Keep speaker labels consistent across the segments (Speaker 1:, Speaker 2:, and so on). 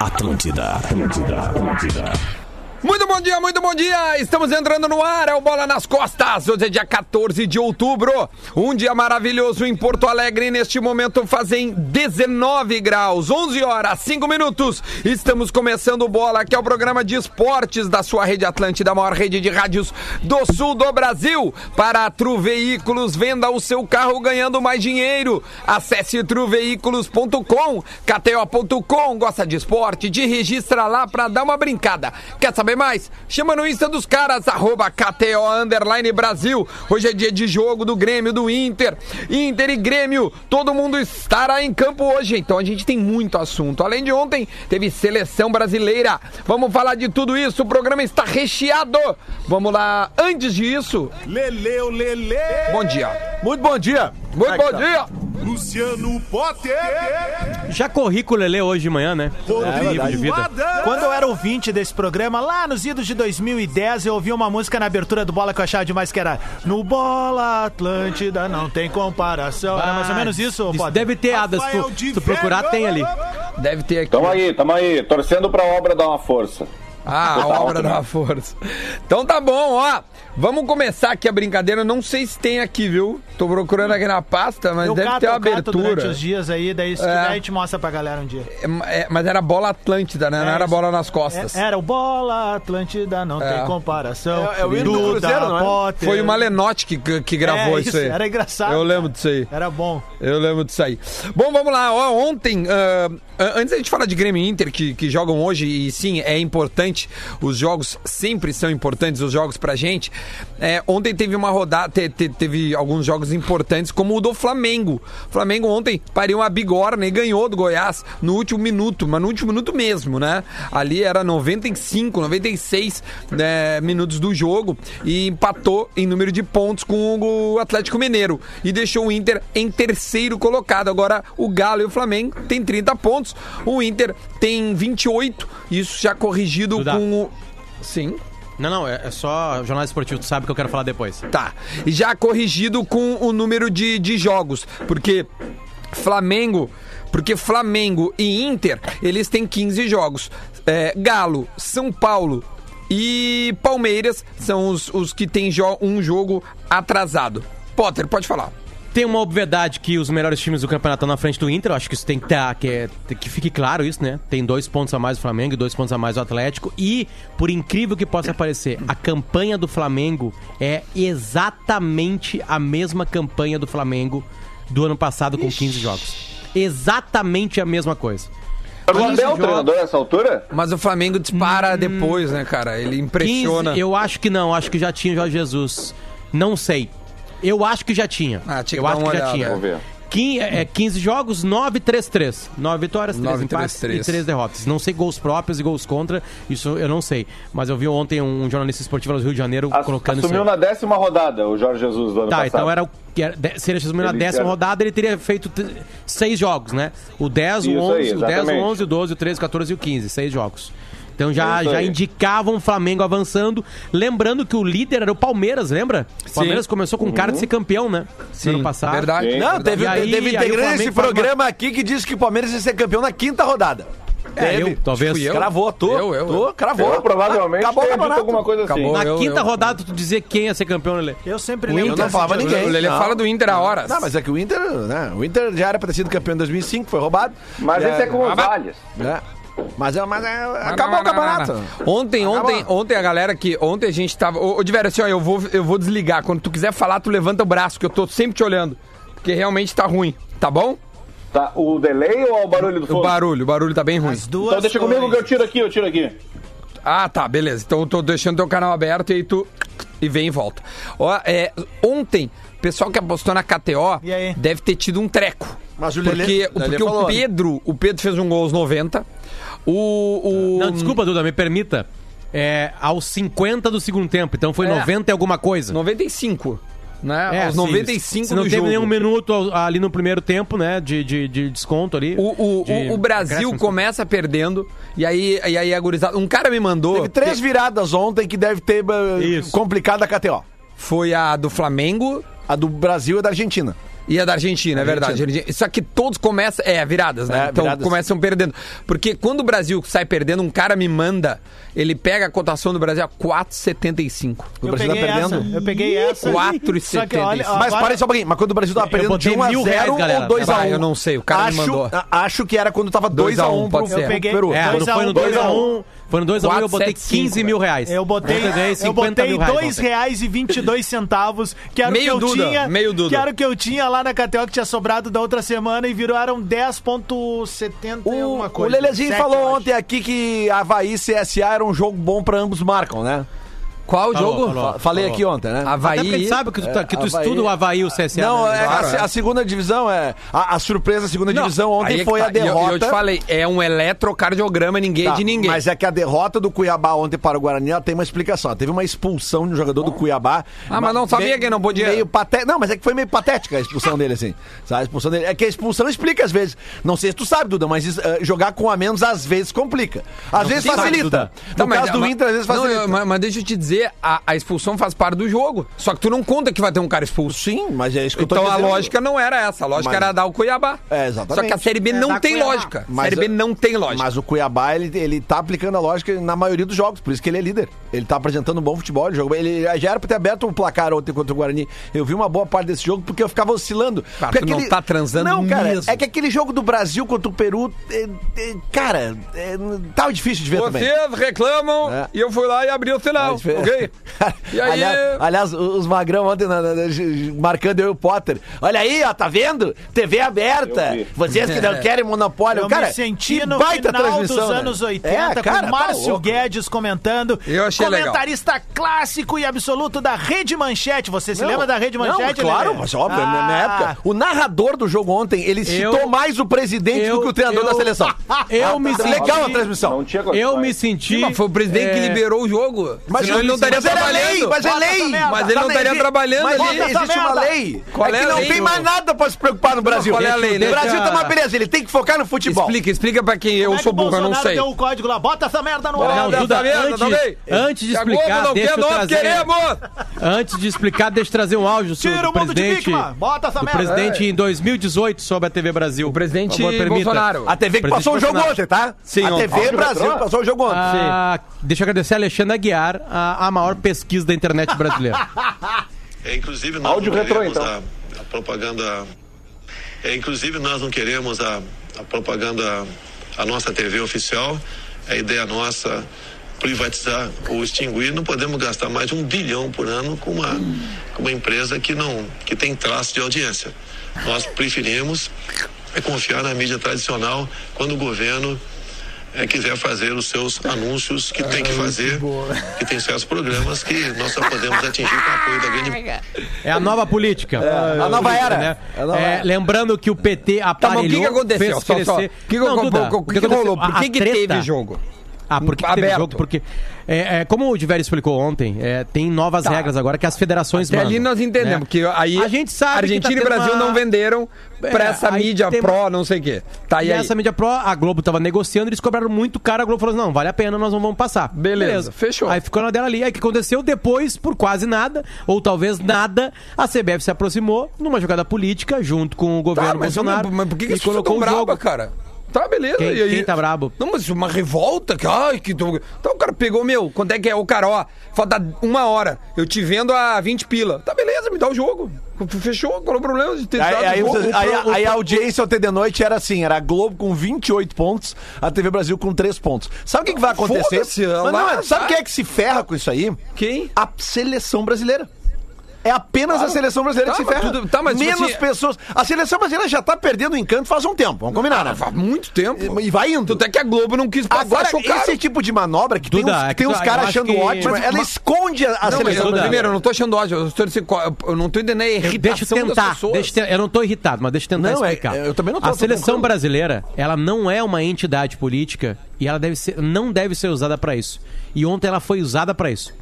Speaker 1: Atlântida, Atlântida, Atlântida.
Speaker 2: Muito bom dia, muito bom dia! Estamos entrando no ar, é o Bola nas Costas. Hoje é dia 14 de outubro, um dia maravilhoso em Porto Alegre. Neste momento fazem 19 graus, 11 horas, 5 minutos. Estamos começando o Bola, que é o programa de esportes da sua rede Atlântida, a maior rede de rádios do sul do Brasil. Para a Tru Veículos, venda o seu carro ganhando mais dinheiro. Acesse truveículos.com, kto.com. Gosta de esporte? Te registra lá para dar uma brincada. Quer saber mais? Chama no Insta dos caras, arroba KTO Underline Brasil. Hoje é dia de jogo do Grêmio, do Inter. Inter e Grêmio, todo mundo estará em campo hoje, então a gente tem muito assunto. Além de ontem, teve seleção brasileira. Vamos falar de tudo isso, o programa está recheado. Vamos lá, antes disso,
Speaker 3: Leleu, Lele.
Speaker 2: bom dia.
Speaker 3: Muito bom dia. é
Speaker 2: Muito bom
Speaker 3: tá?
Speaker 2: dia.
Speaker 3: Luciano Potter.
Speaker 4: Já corri com o Lelê hoje de manhã, né?
Speaker 3: Rodrigo
Speaker 4: verdade.
Speaker 3: É, de vida.
Speaker 5: Quando eu era ouvinte desse programa, lá nos idos de 2010, eu ouvi uma música na abertura do Bola que eu achava demais, que era No Bola Atlântida não tem comparação. Era mais ou menos isso, pode?
Speaker 4: Ah, Deve ter, Adas.
Speaker 3: Rafael
Speaker 4: Tu,
Speaker 3: de
Speaker 4: tu procurar,
Speaker 3: Vega.
Speaker 4: tem ali.
Speaker 2: Deve ter aqui.
Speaker 6: Tamo aí, tamo aí, torcendo pra obra dar uma força.
Speaker 2: Ah, a
Speaker 6: Botar
Speaker 2: obra
Speaker 6: outro,
Speaker 2: da
Speaker 6: né?
Speaker 2: força. Então tá bom, ó. Vamos começar aqui a brincadeira. Eu Não sei se tem aqui, viu? Tô procurando aqui na pasta, mas
Speaker 5: Eu
Speaker 2: deve
Speaker 5: cato,
Speaker 2: ter uma
Speaker 5: eu cato durante
Speaker 2: abertura.
Speaker 5: os dias aí, daí se
Speaker 2: É.
Speaker 5: tiver, a gente mostra pra galera um dia.
Speaker 2: É, é, mas era bola Atlântida, né? não
Speaker 5: É
Speaker 2: era
Speaker 5: isso.
Speaker 2: bola nas costas.
Speaker 5: É, era o Bola Atlântida não
Speaker 2: É.
Speaker 5: tem comparação.
Speaker 3: É- é o hino do Cruzeiro, não é?
Speaker 5: Potter.
Speaker 2: Foi o Malenotti que, que- que gravou
Speaker 5: É,
Speaker 2: isso,
Speaker 5: isso,
Speaker 2: aí.
Speaker 5: era engraçado,
Speaker 2: Eu
Speaker 5: cara.
Speaker 2: lembro disso aí.
Speaker 5: Era bom.
Speaker 2: Eu lembro disso aí. Bom, vamos lá. Ó, ontem, ah, a- antes da gente falar de Grêmio e Inter, que, que jogam hoje, e sim, é importante, os jogos sempre são importantes, os jogos pra gente. É, ontem teve uma rodada, te- te- teve alguns jogos importantes, como o do Flamengo. O Flamengo ontem pariu uma bigorna e ganhou do Goiás no último minuto, mas no último minuto mesmo, né? Ali era 95, 96 né, minutos do jogo e empatou em número de pontos com o Atlético Mineiro e deixou o Inter em terceiro colocado. Agora o Galo e o Flamengo têm 30 pontos, o Inter tem 28, isso já corrigido
Speaker 4: Dudá.
Speaker 2: com o. Sim.
Speaker 4: Não, não, é, é só jornal esportivo, tu sabe que eu quero falar depois.
Speaker 2: Tá. E já corrigido com o número de, de jogos, porque Flamengo. Porque Flamengo e Inter, eles têm 15 jogos. É, Galo, São Paulo e Palmeiras são os, os que têm jo- um jogo atrasado. Potter, pode falar.
Speaker 4: Tem uma obviedade que os melhores times do campeonato estão na frente do Inter, eu acho que isso tem que estar, que, é, que fique claro isso, né? Tem dois pontos a mais o Flamengo e dois pontos a mais o Atlético. E, por incrível que possa parecer, a campanha do Flamengo é exatamente a mesma campanha do Flamengo do ano passado com 15 jogos. Exatamente a mesma coisa.
Speaker 6: Orlando é o
Speaker 4: 15 jogos.
Speaker 6: treinador nessa altura?
Speaker 2: Mas o Flamengo dispara
Speaker 3: Hum.
Speaker 2: depois, né, cara? Ele
Speaker 4: 15,
Speaker 2: impressiona.
Speaker 4: eu acho que não, acho que já tinha Jorge Jesus. Não sei. Eu acho que já tinha.
Speaker 2: Ah, tinha que
Speaker 4: eu
Speaker 2: dar
Speaker 4: acho
Speaker 2: uma
Speaker 4: que
Speaker 2: olhada.
Speaker 4: já tinha.
Speaker 6: Vamos ver.
Speaker 4: Quin- é, 15 jogos, 9-3-3. 9 vitórias, 3
Speaker 2: 9-3-3.
Speaker 4: empates e 3 derrotas. Não sei gols próprios e gols contra, isso eu não sei. Mas eu vi ontem um jornalista esportivo lá do Rio de Janeiro
Speaker 6: Ass-
Speaker 4: colocando
Speaker 6: assumiu
Speaker 4: isso. aí.
Speaker 6: na décima rodada o Jorge Jesus do ano
Speaker 4: Tá,
Speaker 6: passado.
Speaker 4: então era o. que era- de- Se ele assumiu na
Speaker 6: Ele
Speaker 4: décima
Speaker 6: era-
Speaker 4: rodada, ele teria feito 6 jogos, né? O 10, o
Speaker 6: Isso aí,
Speaker 4: 11, o 10, o
Speaker 6: exatamente.
Speaker 4: 11, o 12, o 13, o 14 e o 15. 6 jogos. Então já,
Speaker 6: Isso
Speaker 4: já
Speaker 6: aí.
Speaker 4: indicavam o Flamengo avançando. Lembrando que o líder era o Palmeiras, lembra? O Palmeiras começou com
Speaker 6: Uhum.
Speaker 4: cara de ser campeão, né? No ano passado.
Speaker 2: Verdade.
Speaker 6: Sim.
Speaker 3: Não, teve, um
Speaker 4: E aí-
Speaker 3: teve
Speaker 4: aí o
Speaker 3: integrante
Speaker 4: Flamengo
Speaker 3: desse
Speaker 4: faz uma-
Speaker 3: programa aqui que disse que o Palmeiras ia ser campeão na quinta rodada.
Speaker 4: É,
Speaker 3: Teve.
Speaker 4: eu, talvez.
Speaker 2: Fui eu.
Speaker 3: Cravou, tu.
Speaker 2: Eu, eu,
Speaker 3: tu,
Speaker 2: eu.
Speaker 3: cravou.
Speaker 6: Eu provavelmente
Speaker 3: Acabou o
Speaker 6: teria dito
Speaker 3: campeonato.
Speaker 6: alguma coisa assim.
Speaker 2: Acabou.
Speaker 4: Na
Speaker 2: Eu-
Speaker 4: quinta
Speaker 2: eu-
Speaker 4: rodada, tu dizer quem ia ser campeão, Lelê.
Speaker 5: Eu sempre
Speaker 4: O
Speaker 5: lembro.
Speaker 3: Eu não
Speaker 5: dessa
Speaker 3: falava
Speaker 5: de-
Speaker 3: ninguém.
Speaker 2: O Lelê
Speaker 3: não.
Speaker 2: fala do Inter há horas.
Speaker 3: Não, mas é que o Inter, né? O Inter já era pra ter sido campeão em 2005, foi roubado.
Speaker 6: Mas
Speaker 3: Já-
Speaker 6: esse é com
Speaker 2: Ah,
Speaker 6: os
Speaker 2: mas-
Speaker 6: Valles.
Speaker 3: É. Mas, é, mas é,
Speaker 2: Não,
Speaker 3: acabou o
Speaker 2: não, não,
Speaker 3: campeonato.
Speaker 2: não, não. Ontem, ontem, ontem a galera que. Ontem a gente tava. Ô, ô Diverio, assim, ó, eu vou, eu vou desligar. Quando tu quiser falar, tu levanta o braço, que eu tô sempre te olhando. Porque realmente tá ruim, tá bom?
Speaker 6: Tá, o delay ou o barulho do
Speaker 2: O
Speaker 6: fundo?
Speaker 2: barulho, o barulho tá bem ruim.
Speaker 5: As duas
Speaker 6: Então deixa comigo que eu tiro aqui, eu tiro aqui.
Speaker 2: Ah, tá, beleza. Então eu tô deixando teu canal aberto e aí tu. E vem em volta. Ó, é, ontem, o pessoal que apostou na KTO
Speaker 5: E aí?
Speaker 2: deve ter tido um treco.
Speaker 3: Mas o Lelê-
Speaker 2: porque
Speaker 3: Lelê
Speaker 2: porque o
Speaker 3: falou, né?
Speaker 2: Pedro. O Pedro fez um gol aos 90. O. o
Speaker 4: Não, desculpa, Duda, me permita. É, aos 50 do segundo tempo, então foi
Speaker 2: É.
Speaker 4: 90 e alguma coisa.
Speaker 2: 95. Né?
Speaker 4: É, assim,
Speaker 2: aos 95
Speaker 4: se não
Speaker 2: do
Speaker 4: teve
Speaker 2: jogo.
Speaker 4: nenhum minuto ao- ali no primeiro tempo, né? De, de, de desconto ali.
Speaker 2: O, o,
Speaker 4: de
Speaker 2: o- o Brasil
Speaker 4: acréscimo.
Speaker 2: começa perdendo, e aí, e aí a gurizada. Um cara me mandou.
Speaker 3: Teve três viradas ontem que deve ter eh,
Speaker 4: Isso.
Speaker 3: complicado a KTO.
Speaker 2: Foi a do Flamengo,
Speaker 3: A do Brasil e a da Argentina.
Speaker 2: E a da Argentina, é verdade. Argentina. Só que todos começam. É, viradas, né?
Speaker 3: É,
Speaker 2: então
Speaker 3: viradas.
Speaker 2: começam perdendo. Porque quando o Brasil sai perdendo, um cara me manda, ele pega a cotação do Brasil a 4,75.
Speaker 3: O
Speaker 5: Eu
Speaker 3: Brasil tá
Speaker 5: peguei essa,
Speaker 3: perdendo.
Speaker 5: Eu peguei essa.
Speaker 2: Só que olha, ó,
Speaker 3: Mas
Speaker 5: agora-
Speaker 3: parem só um pouquinho. Mas quando o Brasil tava perdendo de
Speaker 7: botei
Speaker 3: 1 a
Speaker 7: mil
Speaker 3: 0
Speaker 7: reais, galera.
Speaker 3: ou 2 a
Speaker 2: Vai,
Speaker 3: 1
Speaker 2: eu não sei, o cara me
Speaker 3: acho,
Speaker 2: mandou.
Speaker 3: a- Acho que era quando tava 2 a 1 pro
Speaker 2: pode ser.
Speaker 5: Eu peguei.
Speaker 3: Peru.
Speaker 7: É,
Speaker 5: Dois
Speaker 7: não
Speaker 5: a
Speaker 7: foi
Speaker 5: um,
Speaker 7: no 2
Speaker 5: dois
Speaker 7: a
Speaker 5: a
Speaker 7: 1
Speaker 5: um.
Speaker 7: um, foi no 2 a 1 um, e eu botei
Speaker 2: 475,
Speaker 7: 15 mil reais.
Speaker 5: Eu botei,
Speaker 7: Ontem dei
Speaker 5: eu
Speaker 7: 50
Speaker 5: botei
Speaker 7: mil reais
Speaker 5: dois
Speaker 7: ontem.
Speaker 5: reais e 22 centavos, que era
Speaker 2: Meio
Speaker 5: o que eu
Speaker 2: Duda,
Speaker 5: tinha,
Speaker 2: meio Duda.
Speaker 5: que era o que eu tinha lá na KTO que tinha sobrado da outra semana e viraram 10.70 e
Speaker 3: O,
Speaker 5: alguma
Speaker 3: o
Speaker 5: coisa.
Speaker 3: Lelezinho
Speaker 5: Sete,
Speaker 3: falou
Speaker 5: eu acho.
Speaker 3: ontem aqui que Havaí e CSA era um jogo bom pra ambos marcam, né?
Speaker 2: Qual o
Speaker 7: Falou,
Speaker 2: jogo?
Speaker 7: falou.
Speaker 3: Fa- Falei
Speaker 7: falou.
Speaker 3: aqui ontem, né?
Speaker 7: Até porque a
Speaker 2: Havaí.
Speaker 7: gente sabe que tu, tá- que tu
Speaker 3: É,
Speaker 7: estuda o Havaí e o CSA.
Speaker 3: Não,
Speaker 7: né?
Speaker 3: é,
Speaker 2: Claro,
Speaker 3: a,
Speaker 2: é.
Speaker 3: a segunda divisão é. A, a surpresa da segunda
Speaker 2: Não,
Speaker 3: divisão
Speaker 2: aí
Speaker 3: ontem
Speaker 2: é que
Speaker 3: foi
Speaker 2: tá. E
Speaker 3: a
Speaker 2: eu-
Speaker 3: derrota.
Speaker 2: E eu, te falei, é um eletrocardiograma, ninguém
Speaker 3: Tá,
Speaker 2: de ninguém.
Speaker 3: Mas é que a derrota do Cuiabá ontem para o Guarani ela tem uma explicação. Teve uma expulsão de um jogador do Cuiabá.
Speaker 2: Ah, mas não
Speaker 3: Me-
Speaker 2: sabia que não podia.
Speaker 3: Meio paté... Não, mas é que foi meio patética a expulsão dele, assim. Sabe? A expulsão dele. É que a expulsão explica às vezes. Não sei se tu sabe, Duda, mas isso, eh, jogar com a menos às vezes complica. Às vezes
Speaker 2: Sim,
Speaker 3: facilita.
Speaker 2: Duda.
Speaker 3: No
Speaker 2: Não, mas-
Speaker 3: caso do
Speaker 2: mas-
Speaker 3: Inter, às vezes
Speaker 2: não, é
Speaker 3: facilita.
Speaker 2: eu- mas, mas deixa eu te dizer, a, a expulsão faz parte do jogo. Só que tu não conta que vai ter um cara expulso.
Speaker 3: Sim, mas é isso que eu
Speaker 2: Então
Speaker 3: tô
Speaker 2: a
Speaker 3: dizendo.
Speaker 2: lógica não era essa, a lógica
Speaker 3: Mas-
Speaker 2: era dar o Cuiabá.
Speaker 3: É, exatamente.
Speaker 2: Só que a Série B
Speaker 5: É,
Speaker 2: não
Speaker 5: dar
Speaker 2: tem
Speaker 5: Cuiabá.
Speaker 2: lógica. A
Speaker 3: Mas
Speaker 2: Série B
Speaker 3: a-
Speaker 2: não tem lógica.
Speaker 3: Mas o Cuiabá, ele, ele tá aplicando a lógica na maioria dos jogos, por isso que ele é líder. Ele tá apresentando um bom futebol, ele jogou bem. Ele já era pra ter aberto o placar ontem contra o Guarani. Eu vi uma boa parte desse jogo porque eu ficava oscilando.
Speaker 2: Cara,
Speaker 3: Porque
Speaker 2: tu não tá transando
Speaker 3: Não, cara,
Speaker 2: mesmo.
Speaker 3: é que aquele jogo do Brasil contra o Peru, é, é, cara, é, tava difícil de ver também.
Speaker 2: Vocês reclamam
Speaker 3: É.
Speaker 2: e eu fui lá e abri o sinal,
Speaker 3: Mas fe-
Speaker 2: ok? E aí...
Speaker 3: aliás, aliás, os magrão ontem na- na- na- marcando eu e o Potter. Olha aí, ó, tá vendo? TV aberta.
Speaker 6: Eu vi.
Speaker 3: Vocês que não querem monopólio.
Speaker 5: É. Eu
Speaker 3: cara,
Speaker 5: me senti
Speaker 3: que
Speaker 5: no
Speaker 3: baita
Speaker 5: final dos
Speaker 3: transmissão, né?
Speaker 5: anos
Speaker 3: É,
Speaker 5: 80,
Speaker 3: cara,
Speaker 5: com
Speaker 3: tá
Speaker 5: o Márcio
Speaker 3: louco.
Speaker 5: Guedes comentando.
Speaker 2: Eu achei legal.
Speaker 5: comentarista clássico e absoluto da Rede Manchete. Você se
Speaker 3: Não,
Speaker 5: lembra da Rede
Speaker 3: não,
Speaker 5: Manchete?
Speaker 3: claro,
Speaker 5: Lelê?
Speaker 3: mas óbvio, né, na- na
Speaker 5: Ah,
Speaker 3: época. O narrador do jogo ontem, ele citou
Speaker 7: Eu-
Speaker 3: mais o presidente do que o treinador
Speaker 7: eu-
Speaker 3: da seleção. Ah, tá.
Speaker 7: Eu me senti.
Speaker 3: Legal a transmissão.
Speaker 6: Não tinha
Speaker 7: Eu me
Speaker 6: condições.
Speaker 7: senti.
Speaker 2: Sim, mas foi o presidente que
Speaker 7: é,
Speaker 2: liberou o jogo.
Speaker 3: Mas
Speaker 2: Senão ele não estaria
Speaker 3: mas era
Speaker 2: trabalhando.
Speaker 3: lei, mas é
Speaker 5: Bota
Speaker 3: lei.
Speaker 5: essa merda.
Speaker 2: Mas ele não estaria trabalhando
Speaker 3: mas
Speaker 2: ali.
Speaker 3: Existe
Speaker 5: Bota essa
Speaker 3: uma
Speaker 5: merda.
Speaker 3: lei.
Speaker 2: Qual
Speaker 3: é que
Speaker 2: é a
Speaker 3: não
Speaker 2: lei
Speaker 3: tem
Speaker 2: do-
Speaker 3: mais nada pra se preocupar no Brasil.
Speaker 2: qual é a lei?
Speaker 3: O Brasil
Speaker 7: Deixa-
Speaker 3: tá uma beleza, ele tem que focar no futebol.
Speaker 2: Explica, explica pra quem eu
Speaker 5: como é que
Speaker 2: sou
Speaker 5: o
Speaker 2: burro, eu não
Speaker 5: Bolsonaro
Speaker 2: sei.
Speaker 5: deu o código lá, bota essa merda no ar.
Speaker 7: Não,
Speaker 2: Dessa
Speaker 7: Duda,
Speaker 2: merda tá
Speaker 7: antes-
Speaker 2: também.
Speaker 7: antes de
Speaker 2: Se a Globo
Speaker 7: explicar,
Speaker 2: não
Speaker 7: deixa
Speaker 2: quer,
Speaker 7: eu
Speaker 2: nós
Speaker 7: trazer-
Speaker 2: queremos!
Speaker 7: Antes de explicar, deixa eu trazer um áudio sobre
Speaker 5: Tira
Speaker 7: o
Speaker 5: o mundo de
Speaker 7: presidente.
Speaker 5: Bikman, bota essa
Speaker 7: do
Speaker 5: merda. né?
Speaker 7: presidente em 2018 sobre a TV Brasil.
Speaker 2: O presidente
Speaker 7: Por favor, permita.
Speaker 2: Bolsonaro.
Speaker 3: A TV que
Speaker 7: Presidente
Speaker 3: passou o jogo
Speaker 7: Bolsonaro.
Speaker 3: ontem, tá?
Speaker 2: Sim,
Speaker 3: a
Speaker 2: ontem.
Speaker 3: TV Brasil que passou o jogo ontem.
Speaker 7: Ah, deixa eu agradecer a Alexandre Aguiar, a, a maior pesquisa da internet brasileira.
Speaker 8: É, inclusive, nós
Speaker 6: Áudio
Speaker 8: não
Speaker 6: retrô,
Speaker 8: queremos
Speaker 6: então.
Speaker 8: a, a propaganda. É, inclusive, nós não queremos a, a propaganda, a nossa TV oficial. É ideia nossa privatizar ou extinguir. Não podemos gastar mais de um bilhão por ano com uma, com uma empresa que não que tem traço de audiência. Nós preferimos é confiar na mídia tradicional quando o governo é, quiser fazer os seus anúncios que tem que fazer, que tem certos programas que nós só podemos atingir com o apoio da grande
Speaker 7: É a nova política. É,
Speaker 3: a nova era.
Speaker 7: Né?
Speaker 3: É a nova
Speaker 7: É,
Speaker 3: era.
Speaker 7: lembrando que o PT
Speaker 2: Tá, mas o
Speaker 7: aparelhou,
Speaker 2: que, que aconteceu?
Speaker 7: fez
Speaker 2: Só, só. O
Speaker 7: crescer...
Speaker 2: que, que,
Speaker 7: Não, Duda,
Speaker 2: o que, que rolou?
Speaker 7: aconteceu?
Speaker 2: Por que,
Speaker 7: A
Speaker 2: que
Speaker 7: treta-
Speaker 2: teve jogo?
Speaker 7: Ah, porque teve
Speaker 2: Aberto.
Speaker 7: jogo, porque... É, é, como o Diverio explicou ontem, é, tem novas regras agora que as federações
Speaker 2: Tá. Até ali
Speaker 7: mandam,
Speaker 2: nós entendemos,
Speaker 7: né?
Speaker 2: que aí
Speaker 7: a gente sabe que tá
Speaker 2: Argentina e
Speaker 7: tendo
Speaker 2: Brasil
Speaker 7: uma-
Speaker 2: não venderam pra
Speaker 7: É,
Speaker 2: essa
Speaker 7: aí
Speaker 2: mídia
Speaker 7: tem-
Speaker 2: pró, não sei o quê. Tá
Speaker 7: E
Speaker 2: e aí?
Speaker 7: essa mídia pro, a Globo tava negociando, eles cobraram muito caro, a Globo falou assim, não, vale a pena, nós não vamos passar.
Speaker 2: Beleza, fechou.
Speaker 7: Aí ficou na dela ali. Aí o que aconteceu depois, por quase nada, ou talvez nada, a CBF se aproximou numa jogada política junto com o governo
Speaker 2: Tá, mas, eu
Speaker 7: Bolsonaro
Speaker 2: não- mas por que, que
Speaker 7: e
Speaker 2: isso ficou
Speaker 7: colocou
Speaker 2: tão
Speaker 7: o jogo.
Speaker 2: braba, cara? Tá, beleza.
Speaker 7: Quem-
Speaker 2: e aí?
Speaker 7: quem tá brabo?
Speaker 2: Não, mas uma revolta, que, ai, que... do- Então o cara pegou, meu, quanto é que é? Ô, cara, ó, falta uma hora, eu te vendo a 20 pila. Tá, beleza, me dá o jogo. Fechou, qual é o problema de ter dado
Speaker 3: Aí, aí
Speaker 2: o jogo?
Speaker 3: vocês- aí- aí a audiência ontem de noite era assim: era a Globo com 28 pontos, a TV Brasil com 3 pontos. Sabe o que, que vai acontecer?
Speaker 2: Foda-se, ela-
Speaker 3: Mas não, é- sabe
Speaker 2: tá.
Speaker 3: quem é que se ferra com isso aí?
Speaker 2: Quem?
Speaker 3: A seleção brasileira. É apenas a seleção brasileira
Speaker 2: Tá,
Speaker 3: que se
Speaker 2: mas
Speaker 3: ferra.
Speaker 2: tudo- tá, mas tipo
Speaker 3: Menos
Speaker 2: assim-
Speaker 3: pessoas. A seleção brasileira já tá perdendo o encanto faz um tempo, vamos combinar, né?
Speaker 2: Há muito tempo.
Speaker 3: E- E vai indo.
Speaker 2: Tanto é que a Globo não quis passar,
Speaker 3: Agora,
Speaker 2: achou caro.
Speaker 3: esse tipo de manobra que
Speaker 7: Duda,
Speaker 3: tem uns,
Speaker 7: é que
Speaker 3: tem uns
Speaker 7: eu
Speaker 3: caras
Speaker 7: acho
Speaker 3: achando
Speaker 7: que-
Speaker 3: ótimo,
Speaker 7: Mas-
Speaker 3: ela
Speaker 7: mas-
Speaker 3: esconde a, a
Speaker 2: Não, mas eu,
Speaker 3: seleção
Speaker 7: Duda.
Speaker 3: brasileira.
Speaker 2: primeiro, eu não tô achando ódio, eu, tô dizendo qual- eu não tô entendendo a irritação
Speaker 7: Deixa eu
Speaker 2: das
Speaker 7: tentar,
Speaker 2: pessoas.
Speaker 7: deixa eu, te- eu não tô irritado, mas deixa eu tentar
Speaker 3: Não, é-
Speaker 7: explicar.
Speaker 3: eu também não tô,
Speaker 7: A
Speaker 3: tô
Speaker 7: seleção
Speaker 3: tranquilo.
Speaker 7: brasileira, ela não é uma entidade política e ela deve ser, não deve ser usada pra isso. E ontem ela foi usada pra isso.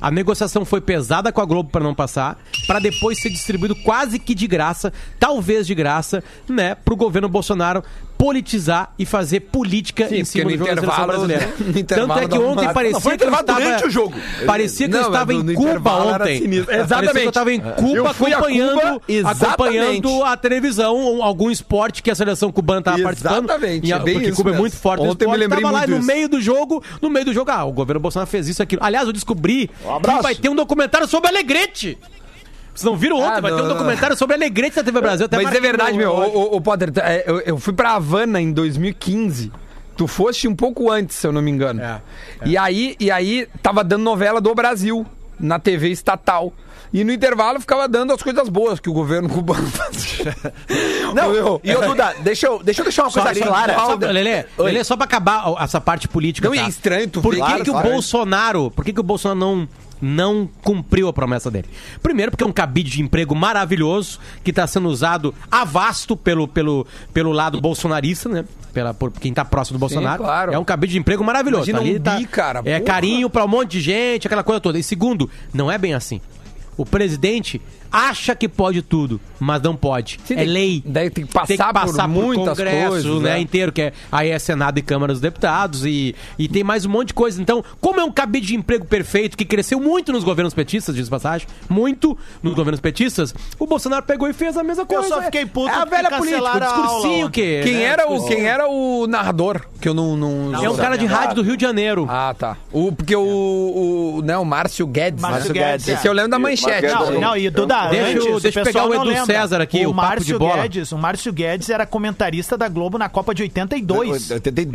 Speaker 7: A negociação foi pesada com a Globo pra não passar, pra depois ser distribuído quase que de graça, talvez de graça, né, pro governo Bolsonaro politizar e fazer política
Speaker 2: Sim,
Speaker 7: em cima
Speaker 2: porque
Speaker 7: do
Speaker 2: no
Speaker 7: jogo da seleção
Speaker 2: intervalo,
Speaker 7: brasileira.
Speaker 2: né? No
Speaker 7: Tanto
Speaker 2: intervalo
Speaker 7: é que
Speaker 2: dá uma-
Speaker 7: ontem
Speaker 2: Não,
Speaker 7: parecia
Speaker 3: foi
Speaker 7: que eu
Speaker 3: intervalo
Speaker 7: estava...
Speaker 3: durante o jogo.
Speaker 7: Parecia que
Speaker 2: Não,
Speaker 7: eu
Speaker 2: mas
Speaker 7: estava
Speaker 2: no
Speaker 7: em Cuba
Speaker 2: intervalo era
Speaker 7: ontem.
Speaker 2: sinistro.
Speaker 7: Parecia que eu
Speaker 2: Exatamente.
Speaker 7: estava em Cuba
Speaker 2: Eu fui a Cuba,
Speaker 7: acompanhando,
Speaker 2: exatamente.
Speaker 7: acompanhando a televisão, um- algum esporte que a seleção cubana estava participando.
Speaker 2: Exatamente,
Speaker 7: E a-
Speaker 2: é bem
Speaker 7: porque
Speaker 2: isso
Speaker 7: Cuba é
Speaker 2: mesmo.
Speaker 7: muito forte no
Speaker 2: Ontem eu me
Speaker 7: esporte.
Speaker 2: lembrei
Speaker 7: tava lá
Speaker 2: muito
Speaker 7: no
Speaker 2: disso.
Speaker 7: meio do jogo, no meio do jogo, ah, o governo Bolsonaro fez isso, aquilo. Aliás, eu descobri que vai ter um documentário sobre Alegrete. Vocês não viram ontem?
Speaker 2: Ah,
Speaker 7: vai ter um
Speaker 2: não, não.
Speaker 7: documentário sobre Alegrete da TV Brasil. Até
Speaker 2: Mas é
Speaker 7: marquei
Speaker 2: verdade,
Speaker 7: no-
Speaker 2: meu. O, o, o Potter, tá, é, eu, eu fui pra Havana em 2015. Tu foste um pouco antes, se eu não me engano.
Speaker 7: É,
Speaker 2: E, aí, e aí tava dando novela do Brasil na TV estatal. E no intervalo ficava dando as coisas boas que o governo cubano fazia.
Speaker 3: Não,
Speaker 2: Meu,
Speaker 3: e ô Duda, deixa eu, deixa eu deixar uma
Speaker 7: Só,
Speaker 3: coisa
Speaker 7: só,
Speaker 3: clara.
Speaker 7: só, Lelê, Lelê, só pra acabar ó, essa parte política.
Speaker 2: Não, e
Speaker 7: tá?
Speaker 2: é estranho tu
Speaker 7: Por que,
Speaker 2: ver-
Speaker 7: que o
Speaker 3: Claro,
Speaker 7: Bolsonaro. Por que, que o Bolsonaro não. Não cumpriu a promessa dele. Primeiro, porque é um cabide de emprego maravilhoso que está sendo usado a vasto pelo, pelo, pelo lado bolsonarista, né? Pela, por quem tá próximo do Bolsonaro.
Speaker 2: claro.
Speaker 7: É um cabide de emprego maravilhoso.
Speaker 2: Imagina
Speaker 7: Ali
Speaker 2: um
Speaker 7: tá-
Speaker 2: bi, cara,
Speaker 7: É
Speaker 2: porra.
Speaker 7: carinho para um monte de gente, aquela coisa toda. E segundo, não é bem assim. O presidente acha que pode tudo, mas não pode.
Speaker 2: Sim,
Speaker 7: é
Speaker 2: tem-
Speaker 7: lei.
Speaker 2: daí tem que passar por muitas coisas,
Speaker 7: né?
Speaker 2: né?
Speaker 7: inteiro, que é, aí é Senado e Câmara dos Deputados, e, e tem mais um monte de coisa. Então, como é um cabide de emprego perfeito, que cresceu muito nos governos petistas, diz passagem, muito nos governos petistas, o Bolsonaro pegou e fez a mesma coisa.
Speaker 5: só
Speaker 7: é-
Speaker 5: fiquei puto
Speaker 7: é a
Speaker 5: porque
Speaker 7: velha política, o
Speaker 5: cancelaram a aula
Speaker 7: discursinho
Speaker 5: ontem.
Speaker 7: que...
Speaker 2: Quem,
Speaker 7: né,
Speaker 2: era o,
Speaker 7: discursinho.
Speaker 2: quem era o narrador? Que eu não. não,
Speaker 7: É um cara de rádio do Rio de Janeiro.
Speaker 2: Ah, tá. O, porque o. o né, o Márcio Guedes. né?
Speaker 5: Márcio
Speaker 3: Guedes, é.
Speaker 5: Guedes.
Speaker 2: Esse eu lembro da
Speaker 6: Isso,
Speaker 2: manchete.
Speaker 6: Márcio
Speaker 5: Não,
Speaker 6: Guedes.
Speaker 5: não, e Duda,
Speaker 7: Deixa eu-
Speaker 5: antes,
Speaker 7: deixa eu
Speaker 5: pessoal
Speaker 7: pegar o
Speaker 5: não
Speaker 7: Edu
Speaker 5: lembra.
Speaker 7: César aqui, o papo de
Speaker 5: Márcio
Speaker 7: bola.
Speaker 5: Guedes, o Márcio Guedes era comentarista da Globo na Copa de 82.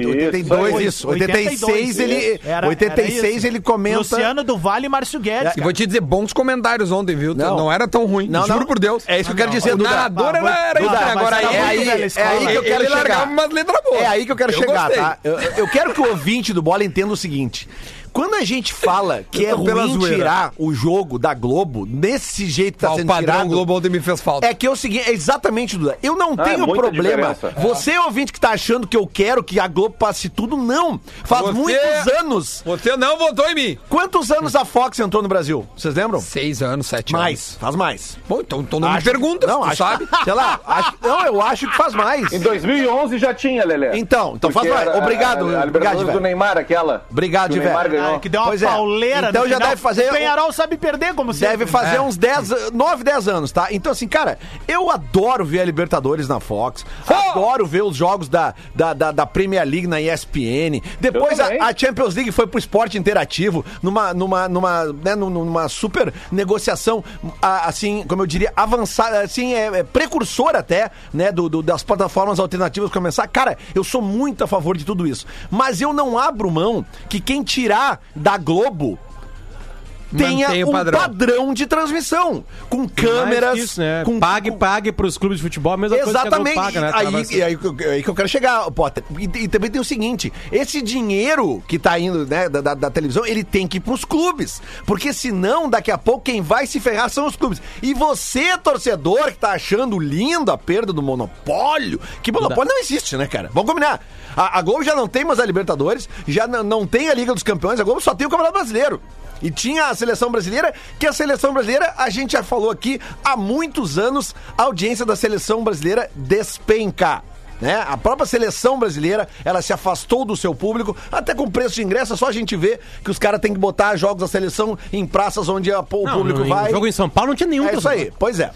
Speaker 3: 82, isso. 86 ele,
Speaker 5: Era-
Speaker 3: 86
Speaker 5: era isso.
Speaker 3: ele comenta.
Speaker 5: Luciano do Vale e Márcio Guedes.
Speaker 2: E vou te dizer, bons comentários ontem, viu? Não,
Speaker 3: Não.
Speaker 2: era tão ruim.
Speaker 3: Não,
Speaker 2: juro
Speaker 3: não.
Speaker 2: por Deus.
Speaker 3: É isso Ah, que eu quero
Speaker 2: Não,
Speaker 3: dizer,
Speaker 2: O
Speaker 3: Duda.
Speaker 2: narrador
Speaker 5: Bah,
Speaker 2: era, era
Speaker 5: muito-
Speaker 2: estranho.
Speaker 5: Duda,
Speaker 2: Agora
Speaker 5: mas
Speaker 2: aí,
Speaker 5: era
Speaker 2: aí,
Speaker 5: muito velha
Speaker 2: é
Speaker 3: tá
Speaker 5: escola.
Speaker 2: aí que eu quero
Speaker 3: Ele largava
Speaker 2: chegar.
Speaker 3: umas
Speaker 2: umas letras boas.
Speaker 3: É aí que eu quero chegar,
Speaker 2: gostei.
Speaker 3: tá? Eu, eu quero que o ouvinte do Bola entenda o seguinte. Quando a gente fala que é
Speaker 2: Eu tô pela
Speaker 3: ruim
Speaker 2: zoeira.
Speaker 3: tirar o jogo da Globo, desse jeito que tá
Speaker 2: Ah, o
Speaker 3: sendo
Speaker 2: padrão
Speaker 3: tirado...
Speaker 2: Globo é ontem me fez falta.
Speaker 3: É que é o seguinte, é exatamente, Duda. Eu não
Speaker 6: Ah,
Speaker 3: tenho
Speaker 6: muita
Speaker 3: problema.
Speaker 6: diferença.
Speaker 3: Você, ouvinte, que tá achando que eu quero que a Globo passe tudo, não. Faz
Speaker 2: Você- é-
Speaker 3: muitos anos.
Speaker 2: Você não votou em mim.
Speaker 3: Quantos anos a Fox entrou no Brasil? Vocês lembram?
Speaker 2: Seis anos, sete
Speaker 3: Mais, faz mais.
Speaker 2: anos. Bom, então, então não
Speaker 3: Acho-
Speaker 2: me pergunta,
Speaker 3: não,
Speaker 2: tu
Speaker 3: acho,
Speaker 2: sabe? Então,
Speaker 3: Sei lá, acho- não, eu acho que faz mais.
Speaker 6: Em 2011 já tinha, Lelé.
Speaker 3: Então, então faz
Speaker 6: Porque
Speaker 3: mais.
Speaker 6: era
Speaker 3: Obrigado,
Speaker 6: a, a, a
Speaker 3: obrigado,
Speaker 6: Libertadores
Speaker 3: velho.
Speaker 6: do Neymar, aquela.
Speaker 3: Obrigado,
Speaker 6: que o Neymar
Speaker 3: velho.
Speaker 6: ganhou.
Speaker 5: Ah, que deu uma
Speaker 3: Pois é.
Speaker 5: pauleira.
Speaker 3: Então
Speaker 5: no
Speaker 3: já
Speaker 5: final.
Speaker 3: deve fazer-
Speaker 5: O Penharol sabe perder, como sempre.
Speaker 3: Deve fazer um
Speaker 5: É.
Speaker 3: uns 10, 9, 10 anos, tá? Então, assim, cara, eu adoro ver a Libertadores na Fox, adoro ver os jogos da, da, da, da Premier League na ESPN. Depois
Speaker 6: Eu
Speaker 3: a,
Speaker 6: também.
Speaker 3: a Champions League foi pro esporte interativo, numa, numa, numa, né, num- numa super negociação, a- assim, como eu diria, avançada, assim, é, é precursor até, né, do, do- das plataformas alternativas começar. Cara, eu sou muito a favor de tudo isso. Mas eu não abro mão que quem tirar da Globo tenha
Speaker 2: Mantém o
Speaker 3: um
Speaker 2: padrão.
Speaker 3: padrão. de transmissão. Com câmeras.
Speaker 7: Mais que isso, né?
Speaker 3: com,
Speaker 7: pague,
Speaker 3: com-
Speaker 7: pague pros clubes de futebol, a mesma
Speaker 3: Exatamente.
Speaker 7: coisa que a Globo paga, né?
Speaker 3: aí, aí, aí que eu quero chegar, Potter. E, e também tem o seguinte: esse dinheiro que tá indo né, da, da- da televisão, ele tem que ir pros clubes. Porque senão, daqui a pouco, quem vai se ferrar são os clubes. E você, torcedor, que tá achando lindo a perda do monopólio, que monopólio não existe, né, cara? Vamos combinar. A, a Globo já não tem mais a Libertadores, já n- não tem a Liga dos Campeões, a Globo só tem o Campeonato Brasileiro. E tinha a seleção brasileira, que a seleção brasileira, a gente já falou aqui há muitos anos, a audiência da seleção brasileira despenca. Né? A própria seleção brasileira, ela se afastou do seu público, até com preço de ingresso, é só a gente vê que os caras têm que botar jogos da seleção em praças onde a- o
Speaker 7: Não,
Speaker 3: público
Speaker 7: no,
Speaker 3: vai.
Speaker 7: O jogo em São Paulo não tinha
Speaker 5: um
Speaker 7: nenhum.
Speaker 3: É isso
Speaker 7: torcedor.
Speaker 3: aí, pois é.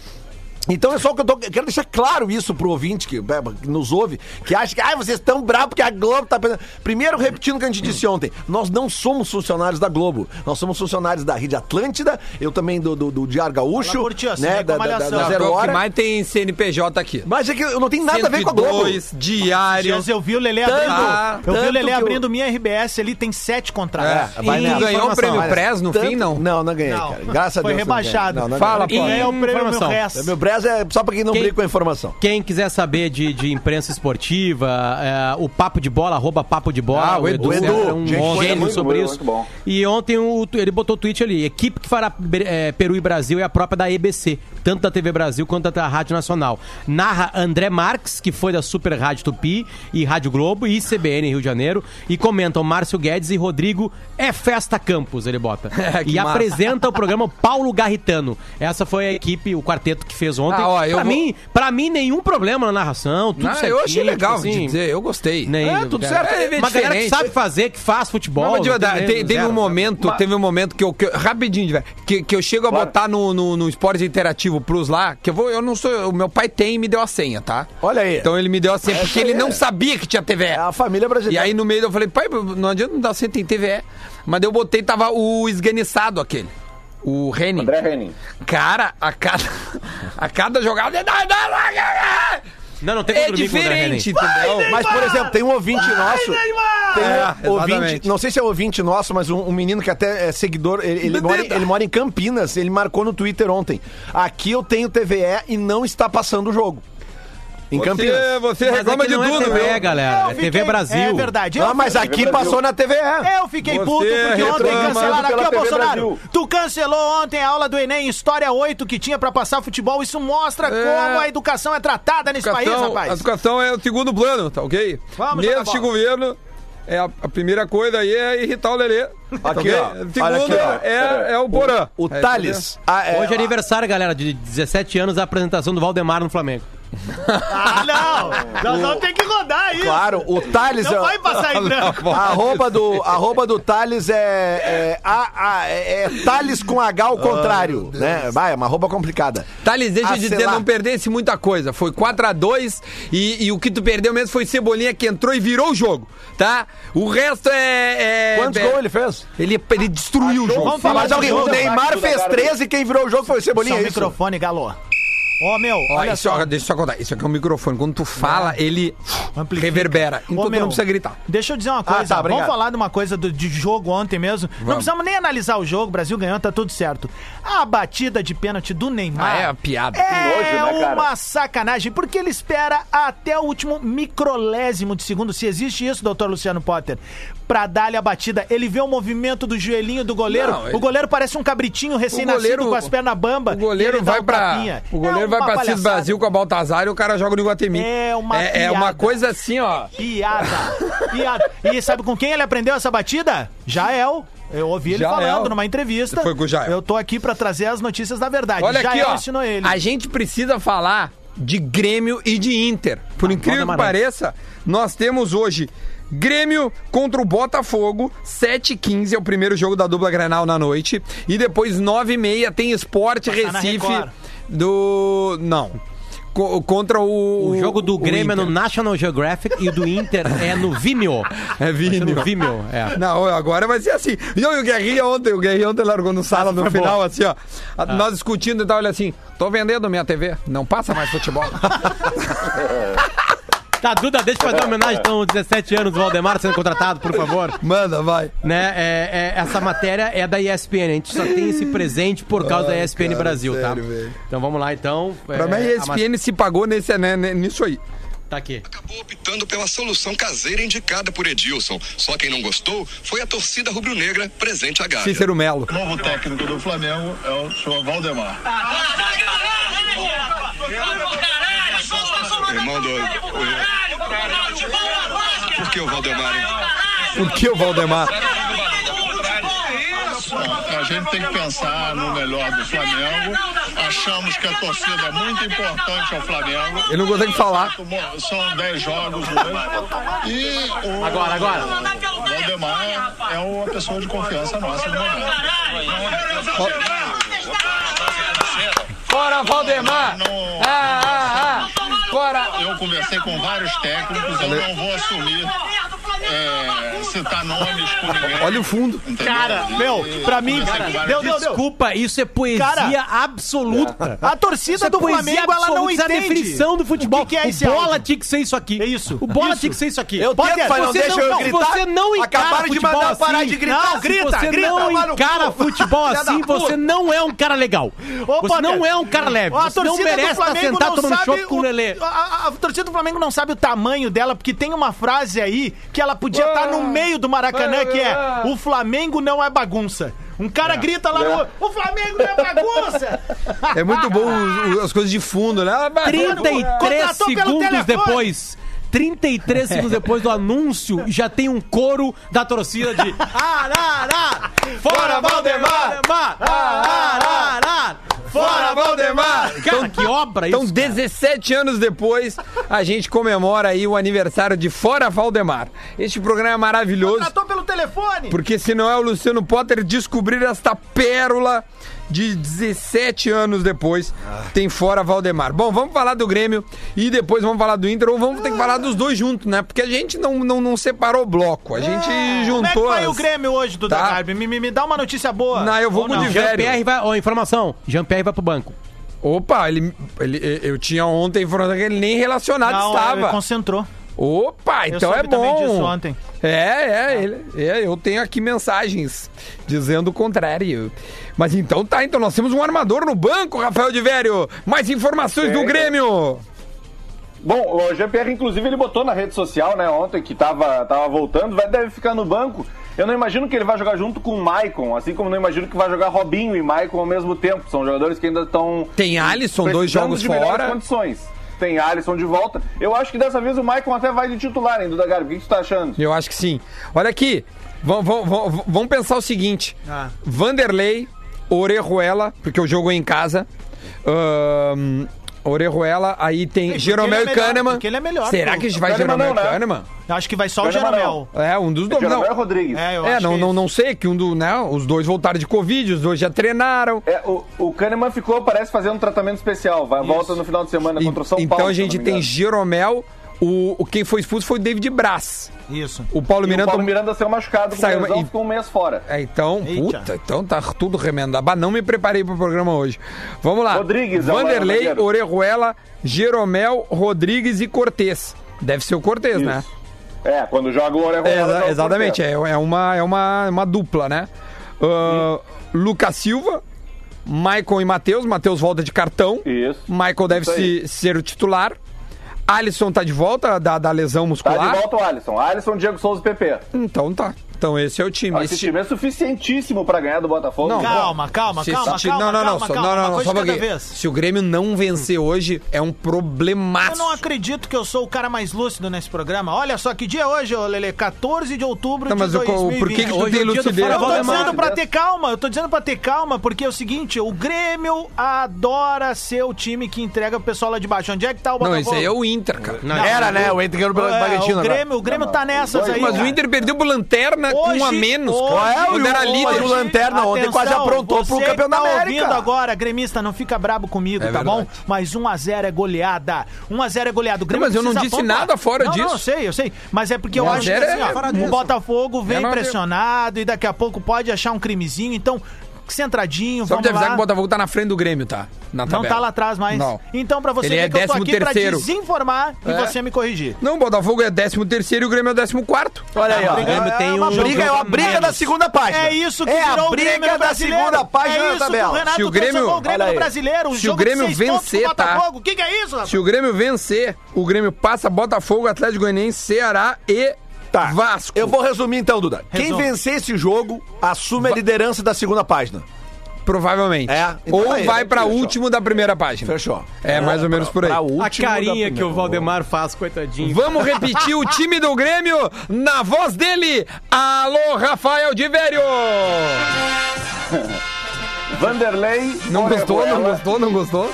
Speaker 3: Então é só o que eu, tô, eu quero deixar claro isso pro ouvinte que, né, que nos ouve, que acha que ah, vocês estão bravos porque a Globo tá pensando. Primeiro, repetindo o que a gente disse ontem, nós não somos funcionários da Globo, nós somos funcionários da Rede Atlântida, eu também do, do, do Diário Gaúcho,
Speaker 5: Fala por ti, assim,
Speaker 3: né,
Speaker 5: é
Speaker 3: da,
Speaker 5: com a
Speaker 3: da- da-
Speaker 5: Malhação.
Speaker 3: da
Speaker 2: Não,
Speaker 3: Zero
Speaker 2: o que
Speaker 3: Hora.
Speaker 2: mais tem CNPJ aqui.
Speaker 3: Mas é que eu não tenho nada a ver com a Globo.
Speaker 2: 102, diário.
Speaker 5: Dias eu vi o Lelê
Speaker 3: Tanto-
Speaker 5: abrindo. eu vi o
Speaker 3: tanto
Speaker 5: Lelê
Speaker 3: que o-
Speaker 5: abrindo minha RBS ali, tem sete contratos.
Speaker 2: É,
Speaker 3: vai
Speaker 2: e
Speaker 3: nessa.
Speaker 2: ganhou o prêmio
Speaker 3: Mas
Speaker 2: Press no
Speaker 3: tanto-
Speaker 2: fim, não?
Speaker 3: Não, não ganhei,
Speaker 5: Não.
Speaker 3: cara. Graças a
Speaker 5: Foi
Speaker 3: Deus. não ganhei.
Speaker 5: rebaixado.
Speaker 3: Não, não
Speaker 2: Fala,
Speaker 3: ganhei.
Speaker 5: E é o prêmio meu
Speaker 7: Informação.
Speaker 5: resto.
Speaker 3: Meu braço é só pra quem não
Speaker 7: Quem-
Speaker 3: brinca com a informação.
Speaker 7: Quem quiser saber de, de imprensa esportiva, é, o Papo de Bola, arroba Papo de Bola.
Speaker 2: Ah, o Edu,
Speaker 7: Zé
Speaker 3: Edu,
Speaker 7: é um
Speaker 3: gente,
Speaker 7: monstro
Speaker 6: é muito
Speaker 7: sobre
Speaker 6: bom,
Speaker 7: isso.
Speaker 6: muito bom.
Speaker 7: E ontem o tu- ele botou o tweet ali, equipe que fará é, Peru e Brasil é a própria da EBC, tanto da TV Brasil quanto da Rádio Nacional. Narra André Marques, que foi da Super Rádio Tupi e Rádio Globo e CBN Rio de Janeiro, e comentam Márcio Guedes e Rodrigo É Festa Campos, ele bota.
Speaker 2: É, que
Speaker 7: e
Speaker 2: massa.
Speaker 7: apresenta o programa Paulo Garritano. Essa foi a equipe, o quarteto que fez ontem.
Speaker 2: Ah, ó, eu
Speaker 7: pra,
Speaker 2: vou-
Speaker 7: mim, pra mim, nenhum problema na narração, tudo
Speaker 2: Ah,
Speaker 7: certinho.
Speaker 2: eu achei legal,
Speaker 7: tipo
Speaker 2: vou te dizer, eu gostei.
Speaker 7: Nem,
Speaker 2: é, tudo certo. É,
Speaker 7: Uma galera que
Speaker 2: diferente.
Speaker 7: sabe fazer, que faz futebol.
Speaker 2: Não, mas de
Speaker 7: não tem
Speaker 2: verdade,
Speaker 7: erro,
Speaker 2: te- teve
Speaker 7: zero,
Speaker 2: um momento, teve um momento que eu, que eu- rapidinho, de ver- que, que eu chego a botar no, no, no Esporte Interativo Plus lá, que eu vou, eu não sou, o meu pai tem e me deu a senha, tá?
Speaker 3: Olha aí.
Speaker 2: Então ele me deu a senha,
Speaker 3: Essa
Speaker 2: porque ele
Speaker 3: aí
Speaker 2: não
Speaker 3: é.
Speaker 2: sabia que tinha TV.
Speaker 3: É a família
Speaker 2: E
Speaker 3: brasileira.
Speaker 2: aí no meio eu falei, pai, não adianta não dar senha, tem TV. Mas eu botei, tava o esganiçado aquele. O Henning.
Speaker 6: André Henning.
Speaker 2: Cara, a cada, a cada jogada...
Speaker 7: Não, não tem como
Speaker 2: É
Speaker 7: dormir com o André
Speaker 2: diferente,
Speaker 7: Henning.
Speaker 2: entendeu?
Speaker 3: Mas, por exemplo, tem um ouvinte nosso. Tem um
Speaker 2: É,
Speaker 3: ouvinte,
Speaker 2: exatamente.
Speaker 3: não sei se é ouvinte nosso, mas um, um menino que até é seguidor, ele, ele mora, em- ele mora em Campinas, ele marcou no Twitter ontem. Aqui eu tenho TVE e não está passando o jogo. Em Campinas.
Speaker 2: Você, você
Speaker 7: Mas é
Speaker 2: reclama
Speaker 7: que
Speaker 2: de
Speaker 7: não
Speaker 2: tudo,
Speaker 7: é TV,
Speaker 2: viu?
Speaker 7: galera.
Speaker 5: Eu
Speaker 7: é
Speaker 5: fiquei-
Speaker 7: TV Brasil.
Speaker 5: É verdade. Eu,
Speaker 3: Ah, mas aqui
Speaker 6: Brasil.
Speaker 3: passou na TVE.
Speaker 2: É,
Speaker 5: eu fiquei
Speaker 2: Você
Speaker 5: puto porque ontem
Speaker 2: reclama
Speaker 5: cancelaram aqui,
Speaker 6: pela
Speaker 5: ó,
Speaker 6: TV
Speaker 5: Bolsonaro.
Speaker 6: Brasil.
Speaker 5: Tu cancelou ontem a aula do Enem, História 8, que tinha pra passar futebol. Isso mostra como a educação é tratada nesse país,
Speaker 2: Educação, a
Speaker 5: rapaz.
Speaker 2: educação é o segundo plano, tá ok?
Speaker 5: Vamos jogar
Speaker 2: Neste
Speaker 5: bola.
Speaker 2: governo, é a, a primeira coisa aí é irritar o Lelê. tá
Speaker 3: Aqui,
Speaker 2: ok?
Speaker 3: ó. Olha
Speaker 2: Segundo
Speaker 3: aqui, ó.
Speaker 2: é, é o Porã.
Speaker 3: O
Speaker 2: É,
Speaker 3: Thales. ah, é,
Speaker 7: Hoje é
Speaker 3: ah,
Speaker 7: aniversário, galera, de 17 anos da apresentação do Valdemar no Flamengo.
Speaker 5: Ah, não! Nós vamos ter que rodar isso.
Speaker 3: Claro, o Thales. é-
Speaker 5: Não vai passar em branco.
Speaker 3: A arroba do, a arroba do Thales é. É, a, a- é, é Thales com H
Speaker 2: Ah,
Speaker 3: ao contrário. né? Vai, é uma arroba complicada.
Speaker 2: Thales, deixa eu
Speaker 3: Ah, sei
Speaker 2: dizer,
Speaker 3: lá.
Speaker 2: não perdesse muita coisa. Foi 4x2 e, e o que tu perdeu mesmo foi Cebolinha que entrou e virou o jogo, tá? O resto é... é-
Speaker 3: Quantos
Speaker 2: é-
Speaker 3: gols ele fez?
Speaker 2: Ele, ele destruiu o jogo.
Speaker 5: Vamos falar
Speaker 3: Mas
Speaker 5: de
Speaker 3: alguém,
Speaker 5: jogo.
Speaker 3: o Neymar
Speaker 6: Tático da
Speaker 3: fez
Speaker 6: Garbi.
Speaker 3: 13 e quem virou o jogo
Speaker 7: um
Speaker 3: foi o
Speaker 5: Só
Speaker 3: Cebolinha.
Speaker 5: o
Speaker 3: é isso?
Speaker 5: microfone, galô. Ô, meu,
Speaker 2: Olha
Speaker 5: olha
Speaker 2: isso,
Speaker 5: só. É.
Speaker 2: ó, deixa eu só contar. Isso aqui é um microfone. Quando tu fala, ele
Speaker 5: Amplifica.
Speaker 2: reverbera. Então
Speaker 5: Ô,
Speaker 2: tu
Speaker 5: meu,
Speaker 2: não precisa gritar.
Speaker 5: Deixa eu dizer
Speaker 2: Ah,
Speaker 5: uma coisa.
Speaker 3: tá,
Speaker 5: Vamos
Speaker 3: obrigado.
Speaker 5: falar de uma coisa do- de jogo ontem mesmo. Não precisamos nem analisar o jogo. O Brasil ganhou, tá tudo certo. A batida de pênalti do Neymar.
Speaker 2: Ah, é a piada.
Speaker 5: É
Speaker 6: nojo, né, cara?
Speaker 5: uma sacanagem, porque ele espera até o último microlésimo de segundo, se existe isso, doutor Luciano Potter, pra dar-lhe a batida. Ele vê o movimento do joelhinho do goleiro,
Speaker 2: Não,
Speaker 5: o
Speaker 2: ele-
Speaker 5: goleiro parece um cabritinho recém-nascido
Speaker 2: goleiro-
Speaker 5: com as pernas bamba.
Speaker 2: O goleiro
Speaker 5: e ele dá
Speaker 2: vai
Speaker 5: um
Speaker 2: pra
Speaker 5: tapinha.
Speaker 2: o goleiro vai
Speaker 5: É uma
Speaker 2: para Cis
Speaker 5: palhaçada.
Speaker 2: Brasil com a Baltazar e o cara joga no Iguatemi.
Speaker 5: É uma
Speaker 2: é, é uma
Speaker 5: piada.
Speaker 2: coisa assim, ó.
Speaker 5: Piada, piada. E sabe com quem ele aprendeu essa batida? Jael. Eu ouvi ele
Speaker 2: Jael.
Speaker 5: falando numa entrevista.
Speaker 2: Foi com o Jael.
Speaker 5: Eu tô aqui pra trazer as notícias da verdade.
Speaker 2: Olha
Speaker 5: Jael
Speaker 2: aqui, ó.
Speaker 5: ensinou ele.
Speaker 2: A gente precisa falar de Grêmio e de Inter.
Speaker 5: Ah,
Speaker 2: Por incrível que
Speaker 7: Amarante.
Speaker 2: pareça, nós temos hoje Grêmio contra o Botafogo, 7h15 é o primeiro jogo da dupla Grenal na noite. E depois, 9h30, tem Esporte
Speaker 5: Passar na
Speaker 2: Recife
Speaker 5: Record.
Speaker 2: do. Não. Co- contra o.
Speaker 7: O jogo do Grêmio é no
Speaker 2: Inter.
Speaker 7: National Geographic e o do Inter é no Vimeo.
Speaker 2: É
Speaker 7: Acho
Speaker 2: Vini.
Speaker 7: No Vimeo, é.
Speaker 2: Não, agora vai ser assim. E o Guerrinha ontem, o Guerrinha ontem largou no sala no final, assim, ó. A- Nós discutindo e tal, olha assim, tô vendendo minha TV, não passa mais futebol.
Speaker 7: Tá, Duda, deixa eu fazer uma homenagem, então, 17 anos do Valdemar sendo contratado, por favor.
Speaker 2: Manda, vai.
Speaker 7: né? é- é- essa matéria é da ESPN. A gente só tem esse presente por causa da ESPN Brasil,
Speaker 2: sério,
Speaker 7: tá?
Speaker 2: velho.
Speaker 7: Então vamos lá, então.
Speaker 2: Pra mim, é a ESPN se pagou nesse, né, né, nisso aí.
Speaker 7: Tá aqui.
Speaker 9: acabou optando pela solução caseira indicada por Edilson. Só quem não gostou foi a torcida rubro-negra presente à Gávea.
Speaker 2: Cícero Melo.
Speaker 10: O novo técnico do Flamengo é o senhor Valdemar.
Speaker 9: Irmão do. Por que o Valdemar? hein?
Speaker 2: Por que o Valdemar?
Speaker 10: A gente tem que pensar no melhor do Flamengo. Achamos que a torcida é muito importante ao Flamengo.
Speaker 2: Ele não consegue falar.
Speaker 10: Tomou- São 10 jogos hoje. E o
Speaker 7: Agora, agora.
Speaker 10: Valdemar é uma pessoa de confiança nossa né? no momento.
Speaker 2: Fora, Valdemar!
Speaker 10: Não-
Speaker 2: Ah, ah, ah! Fora!
Speaker 10: Eu conversei com vários técnicos, eu não vou assumir, é, citar nomes com ninguém.
Speaker 2: Olha o fundo.
Speaker 10: entendeu?
Speaker 5: Cara, meu, pra mim,
Speaker 10: Conversei
Speaker 5: cara,
Speaker 10: com vários
Speaker 5: deu, deu, deu.
Speaker 7: Desculpa, isso é poesia
Speaker 5: Cara,
Speaker 7: absoluta.
Speaker 5: A torcida do
Speaker 7: é Poesia
Speaker 5: Flamengo, ela não
Speaker 7: absoluta, isso é
Speaker 5: entende.
Speaker 7: a definição do futebol.
Speaker 5: O que, que é
Speaker 7: o
Speaker 5: esse
Speaker 7: bola
Speaker 5: áudio?
Speaker 7: tinha que ser isso aqui.
Speaker 5: É isso.
Speaker 7: O bola
Speaker 5: Isso.
Speaker 7: tinha que ser isso aqui. tá
Speaker 3: Eu
Speaker 7: Potter,
Speaker 3: tento, mas não
Speaker 7: você
Speaker 3: deixa eu gritar.
Speaker 7: Você não encara
Speaker 3: Acabaram de
Speaker 7: futebol
Speaker 3: mandar eu
Speaker 7: assim.
Speaker 3: parar de gritar.
Speaker 7: Não,
Speaker 5: Se
Speaker 7: grita,
Speaker 5: você
Speaker 7: grita.
Speaker 5: não
Speaker 7: Não encara futebol
Speaker 3: Filha da
Speaker 7: assim,
Speaker 3: puta.
Speaker 7: você não é um cara legal.
Speaker 5: Ô,
Speaker 7: você
Speaker 5: Potter,
Speaker 7: não é um cara leve.
Speaker 5: A
Speaker 7: Você não
Speaker 5: torcida
Speaker 7: merece
Speaker 5: do
Speaker 2: tá
Speaker 7: estar
Speaker 5: Flamengo
Speaker 7: sentado
Speaker 5: não
Speaker 7: tomando
Speaker 5: sabe
Speaker 7: chopp com o Lelê.
Speaker 5: A, a- a torcida do Flamengo não sabe o tamanho dela, porque tem uma frase aí que ela podia estar
Speaker 2: Ah.
Speaker 5: no meio do Maracanã, que é o Flamengo não é bagunça. Um cara grita lá no... O Flamengo não é bagunça!
Speaker 2: É muito bom o- o- as coisas de fundo, né? Ah, mas-
Speaker 7: 33
Speaker 5: Contratou pelo
Speaker 7: segundos
Speaker 5: telefone.
Speaker 7: depois. 33 segundos depois do anúncio, já tem um coro da torcida de
Speaker 5: Ah,
Speaker 7: Arara! Fora Valdemar! Arara! Fora Valdemar! Cara, que obra
Speaker 2: Então,
Speaker 7: isso!
Speaker 2: 17 anos depois, a gente comemora aí o aniversário de Fora Valdemar. Este programa é maravilhoso.
Speaker 5: Tratou pelo telefone.
Speaker 2: Porque se não é o Luciano Potter descobrir esta pérola de 17 anos depois,
Speaker 5: Ah.
Speaker 2: tem fora Valdemar. Bom, vamos falar do Grêmio e depois vamos falar do Inter, ou vamos ter que falar dos dois juntos, né? Porque a gente não, não, não separou o bloco, a gente juntou.
Speaker 5: Como é que foi o
Speaker 2: as-
Speaker 5: Grêmio hoje, Duda
Speaker 2: Tá.
Speaker 5: Garbi? Me, me, me dá uma notícia boa.
Speaker 2: Não, eu vou
Speaker 5: Ou
Speaker 2: com o de velho.
Speaker 7: Jean-Pierre vai. Ó, informação: Jean-Pierre vai pro banco.
Speaker 2: Opa, ele, ele, eu tinha ontem informação que ele nem relacionado
Speaker 5: Não, ele
Speaker 2: estava.
Speaker 5: concentrou.
Speaker 2: Opa, então é
Speaker 5: soube também
Speaker 2: bom.
Speaker 5: disso ontem. Tá.
Speaker 2: É, é, ele- é, eu tenho aqui mensagens dizendo o contrário. Mas então tá, então nós temos um armador no banco, Rafael de Vério. Mais informações do
Speaker 6: Tem.
Speaker 2: Grêmio.
Speaker 6: Bom, o GPR, inclusive, ele botou na rede social, né, ontem, que tava, tava voltando, vai, deve ficar no banco. Eu não imagino que ele vai jogar junto com o Maicon, assim como não imagino que vai jogar Robinho e Maicon ao mesmo tempo. São jogadores que ainda estão.
Speaker 2: Tem Alisson, dois
Speaker 6: precisando
Speaker 2: jogos
Speaker 6: de melhores
Speaker 2: fora.
Speaker 6: condições. Tem Alisson de volta. Eu acho que dessa vez o Maicon até vai de titular, hein, Duda Garbi? O que que tu tá achando?
Speaker 2: Eu acho que sim. Olha aqui, vamos, vamos- vamos- vamos pensar o seguinte:
Speaker 5: Ah.
Speaker 2: Vanderlei, Orejuela, porque o jogo é em casa. Ahn, Orejuela, aí tem
Speaker 5: porque
Speaker 2: Jeromel
Speaker 5: ele é
Speaker 2: e
Speaker 5: melhor,
Speaker 2: Kahneman.
Speaker 5: porque ele é melhor,
Speaker 2: Será
Speaker 5: pô.
Speaker 2: que a gente vai
Speaker 6: Kahneman
Speaker 2: Jeromel e
Speaker 6: não, né?
Speaker 2: Kahneman?
Speaker 5: Eu acho que vai só o
Speaker 6: Jornal
Speaker 5: Jeromel.
Speaker 2: É, um dos dois. não.
Speaker 6: Jeromel Rodrigues.
Speaker 5: É, eu
Speaker 2: É,
Speaker 5: acho
Speaker 2: não,
Speaker 5: que
Speaker 2: não,
Speaker 5: é
Speaker 2: não sei, que um do, né, os dois voltaram de Covid, os dois já treinaram.
Speaker 6: É, o, o Kahneman ficou, parece, fazendo um tratamento especial. Vai, volta no final de semana
Speaker 2: E-
Speaker 6: Tá contra o São
Speaker 2: então
Speaker 6: Paulo.
Speaker 2: a
Speaker 6: se eu
Speaker 2: gente
Speaker 6: não me
Speaker 2: tem
Speaker 6: engano.
Speaker 2: Jeromel, o, o- quem foi expulso foi o David Braz.
Speaker 5: Isso.
Speaker 2: O Paulo
Speaker 6: E o
Speaker 2: Miranda.
Speaker 6: Paulo Miranda saiu machucado com
Speaker 2: Saiu-
Speaker 6: lesão,
Speaker 2: e-
Speaker 6: ficou um mês fora.
Speaker 2: É, então,
Speaker 5: Eita.
Speaker 2: puta, então tá tudo remendado. Bah, não me preparei pro programa hoje. Vamos lá.
Speaker 6: Rodrigues, é o
Speaker 2: Vanderlei,
Speaker 6: zagueiro.
Speaker 2: Orejuela, Jeromel, Rodrigues e Cortez. Deve ser o Cortez, né?
Speaker 6: É, quando joga o Orejuela...
Speaker 2: É, exa-
Speaker 6: joga o
Speaker 2: exatamente,
Speaker 6: Cortez.
Speaker 2: é, é uma, é uma, uma dupla, né? Ah, Lucas Silva, Maicon e Matheus. Matheus volta de cartão.
Speaker 6: Isso.
Speaker 2: Michael deve
Speaker 6: Isso
Speaker 2: se-
Speaker 6: aí.
Speaker 2: ser o titular. Alisson tá de volta da, da lesão
Speaker 6: Tá
Speaker 2: muscular.
Speaker 6: de volta o Alisson. Alisson, Diego Souza e PP.
Speaker 2: Então tá. Então esse é o time.
Speaker 6: Esse
Speaker 2: Esse-
Speaker 6: time é suficientíssimo pra ganhar do Botafogo.
Speaker 2: Não,
Speaker 5: Calma, calma,
Speaker 2: se esse
Speaker 5: calma,
Speaker 2: time-
Speaker 5: calma.
Speaker 2: não, não, não,
Speaker 5: calma,
Speaker 2: só,
Speaker 5: calma,
Speaker 2: não, não,
Speaker 5: uma
Speaker 2: não, só
Speaker 5: coisa
Speaker 2: um
Speaker 5: de cada
Speaker 2: pouquinho.
Speaker 5: vez.
Speaker 2: Se o Grêmio não vencer hoje, é um
Speaker 5: Eu
Speaker 2: problemaço.
Speaker 5: não acredito que eu sou o cara mais lúcido nesse programa. Olha só que dia é hoje, ô Lele, 14 de outubro
Speaker 2: Tá,
Speaker 5: de
Speaker 2: mas o co-
Speaker 5: 2020.
Speaker 2: por que, que tu
Speaker 7: Hoje é
Speaker 2: tem
Speaker 7: o dia do
Speaker 2: lucidez?
Speaker 7: fora
Speaker 5: Eu tô
Speaker 7: Valdemar.
Speaker 5: dizendo pra ter calma, eu tô dizendo pra ter calma, porque é o seguinte, o Grêmio adora ser o time que entrega o pessoal lá de baixo. Onde é que tá o
Speaker 2: Não,
Speaker 5: Botafogo?
Speaker 2: esse aí é o Inter, cara.
Speaker 3: Era, né? O Inter ganhou pelo
Speaker 5: É,
Speaker 3: Bragantino.
Speaker 5: o
Speaker 3: agora.
Speaker 5: Grêmio, o Grêmio tá nessas aí.
Speaker 2: Mas o
Speaker 5: cara.
Speaker 2: Inter perdeu por lanterna com um a
Speaker 5: Hoje-
Speaker 2: menos.
Speaker 5: hoje-
Speaker 2: cara.
Speaker 3: É, o-
Speaker 2: Quando era
Speaker 3: o-
Speaker 2: líder.
Speaker 3: o Lanterna ontem
Speaker 5: Atenção,
Speaker 3: quase aprontou
Speaker 5: você
Speaker 3: pro campeão
Speaker 5: que tá
Speaker 3: da América.
Speaker 5: ouvindo agora, gremista, não fica brabo comigo,
Speaker 2: É
Speaker 5: tá
Speaker 2: verdade.
Speaker 5: bom? Mas 1x0 é goleada. 1x0 é goleada. O Grêmio
Speaker 2: mas eu não
Speaker 5: precisa
Speaker 2: disse
Speaker 5: pontuar.
Speaker 2: nada fora
Speaker 5: não, Não,
Speaker 2: disso.
Speaker 5: eu sei, eu sei. Mas é porque eu
Speaker 2: 1 a
Speaker 5: acho que
Speaker 2: 0 é
Speaker 5: assim, ó,
Speaker 2: fora
Speaker 5: o
Speaker 2: disso.
Speaker 5: Botafogo
Speaker 2: É,
Speaker 5: vem
Speaker 2: não,
Speaker 5: pressionado e daqui a pouco pode achar um crimezinho, então centradinho,
Speaker 2: Só pra te
Speaker 5: vamos
Speaker 2: avisar que o
Speaker 5: lá.
Speaker 2: Botafogo tá na frente do Grêmio, tá? Na
Speaker 5: Não
Speaker 2: tabela.
Speaker 5: tá lá atrás mais.
Speaker 2: Não.
Speaker 5: Então, pra você
Speaker 2: Ele
Speaker 5: ver
Speaker 2: é
Speaker 5: que eu tô aqui pra
Speaker 2: 13º.
Speaker 5: desinformar e
Speaker 2: É.
Speaker 5: você me corrigir.
Speaker 2: Não, o Botafogo é 13 terceiro e o Grêmio é 14 quarto.
Speaker 3: Olha aí, ó.
Speaker 7: O Grêmio tem
Speaker 3: uma
Speaker 7: um
Speaker 3: briga, Tá é
Speaker 7: jogo
Speaker 3: uma
Speaker 7: a
Speaker 3: briga da
Speaker 7: menos.
Speaker 3: segunda página.
Speaker 5: É isso que
Speaker 3: É a
Speaker 5: virou o
Speaker 3: briga
Speaker 5: Grêmio
Speaker 3: da
Speaker 5: brasileiro.
Speaker 3: segunda página
Speaker 5: é
Speaker 3: da
Speaker 5: isso Que
Speaker 3: tabela.
Speaker 5: o Renato
Speaker 2: Se o Grêmio-
Speaker 5: transformou o Grêmio
Speaker 3: Olha aí.
Speaker 5: no brasileiro, um
Speaker 2: Se o
Speaker 5: jogo
Speaker 2: Grêmio
Speaker 5: de seis pontos
Speaker 2: vencer,
Speaker 5: pro
Speaker 2: tá?
Speaker 5: Botafogo. O que, que é isso, rapaz?
Speaker 2: Se o Grêmio vencer, o Grêmio passa Botafogo, Atlético Goianiense, Ceará e
Speaker 3: Tá.
Speaker 2: Vasco.
Speaker 3: Eu vou resumir então, Duda.
Speaker 5: Resume.
Speaker 3: Quem vencer esse jogo assume a liderança da segunda página.
Speaker 2: Provavelmente.
Speaker 3: É, então
Speaker 2: Ou
Speaker 3: aí,
Speaker 2: vai pra
Speaker 3: fechou.
Speaker 2: último da primeira página.
Speaker 3: Fechou.
Speaker 2: É, mais ou menos por aí.
Speaker 3: Pra último
Speaker 7: A carinha
Speaker 3: da-
Speaker 7: que o Valdemar faz, coitadinho.
Speaker 2: Vamos repetir o time do Grêmio na voz dele. Alô, Rafael de Vério!
Speaker 6: Vanderlei...
Speaker 2: Não gostou, não
Speaker 3: né?
Speaker 6: Orejuela.
Speaker 2: gostou, não gostou?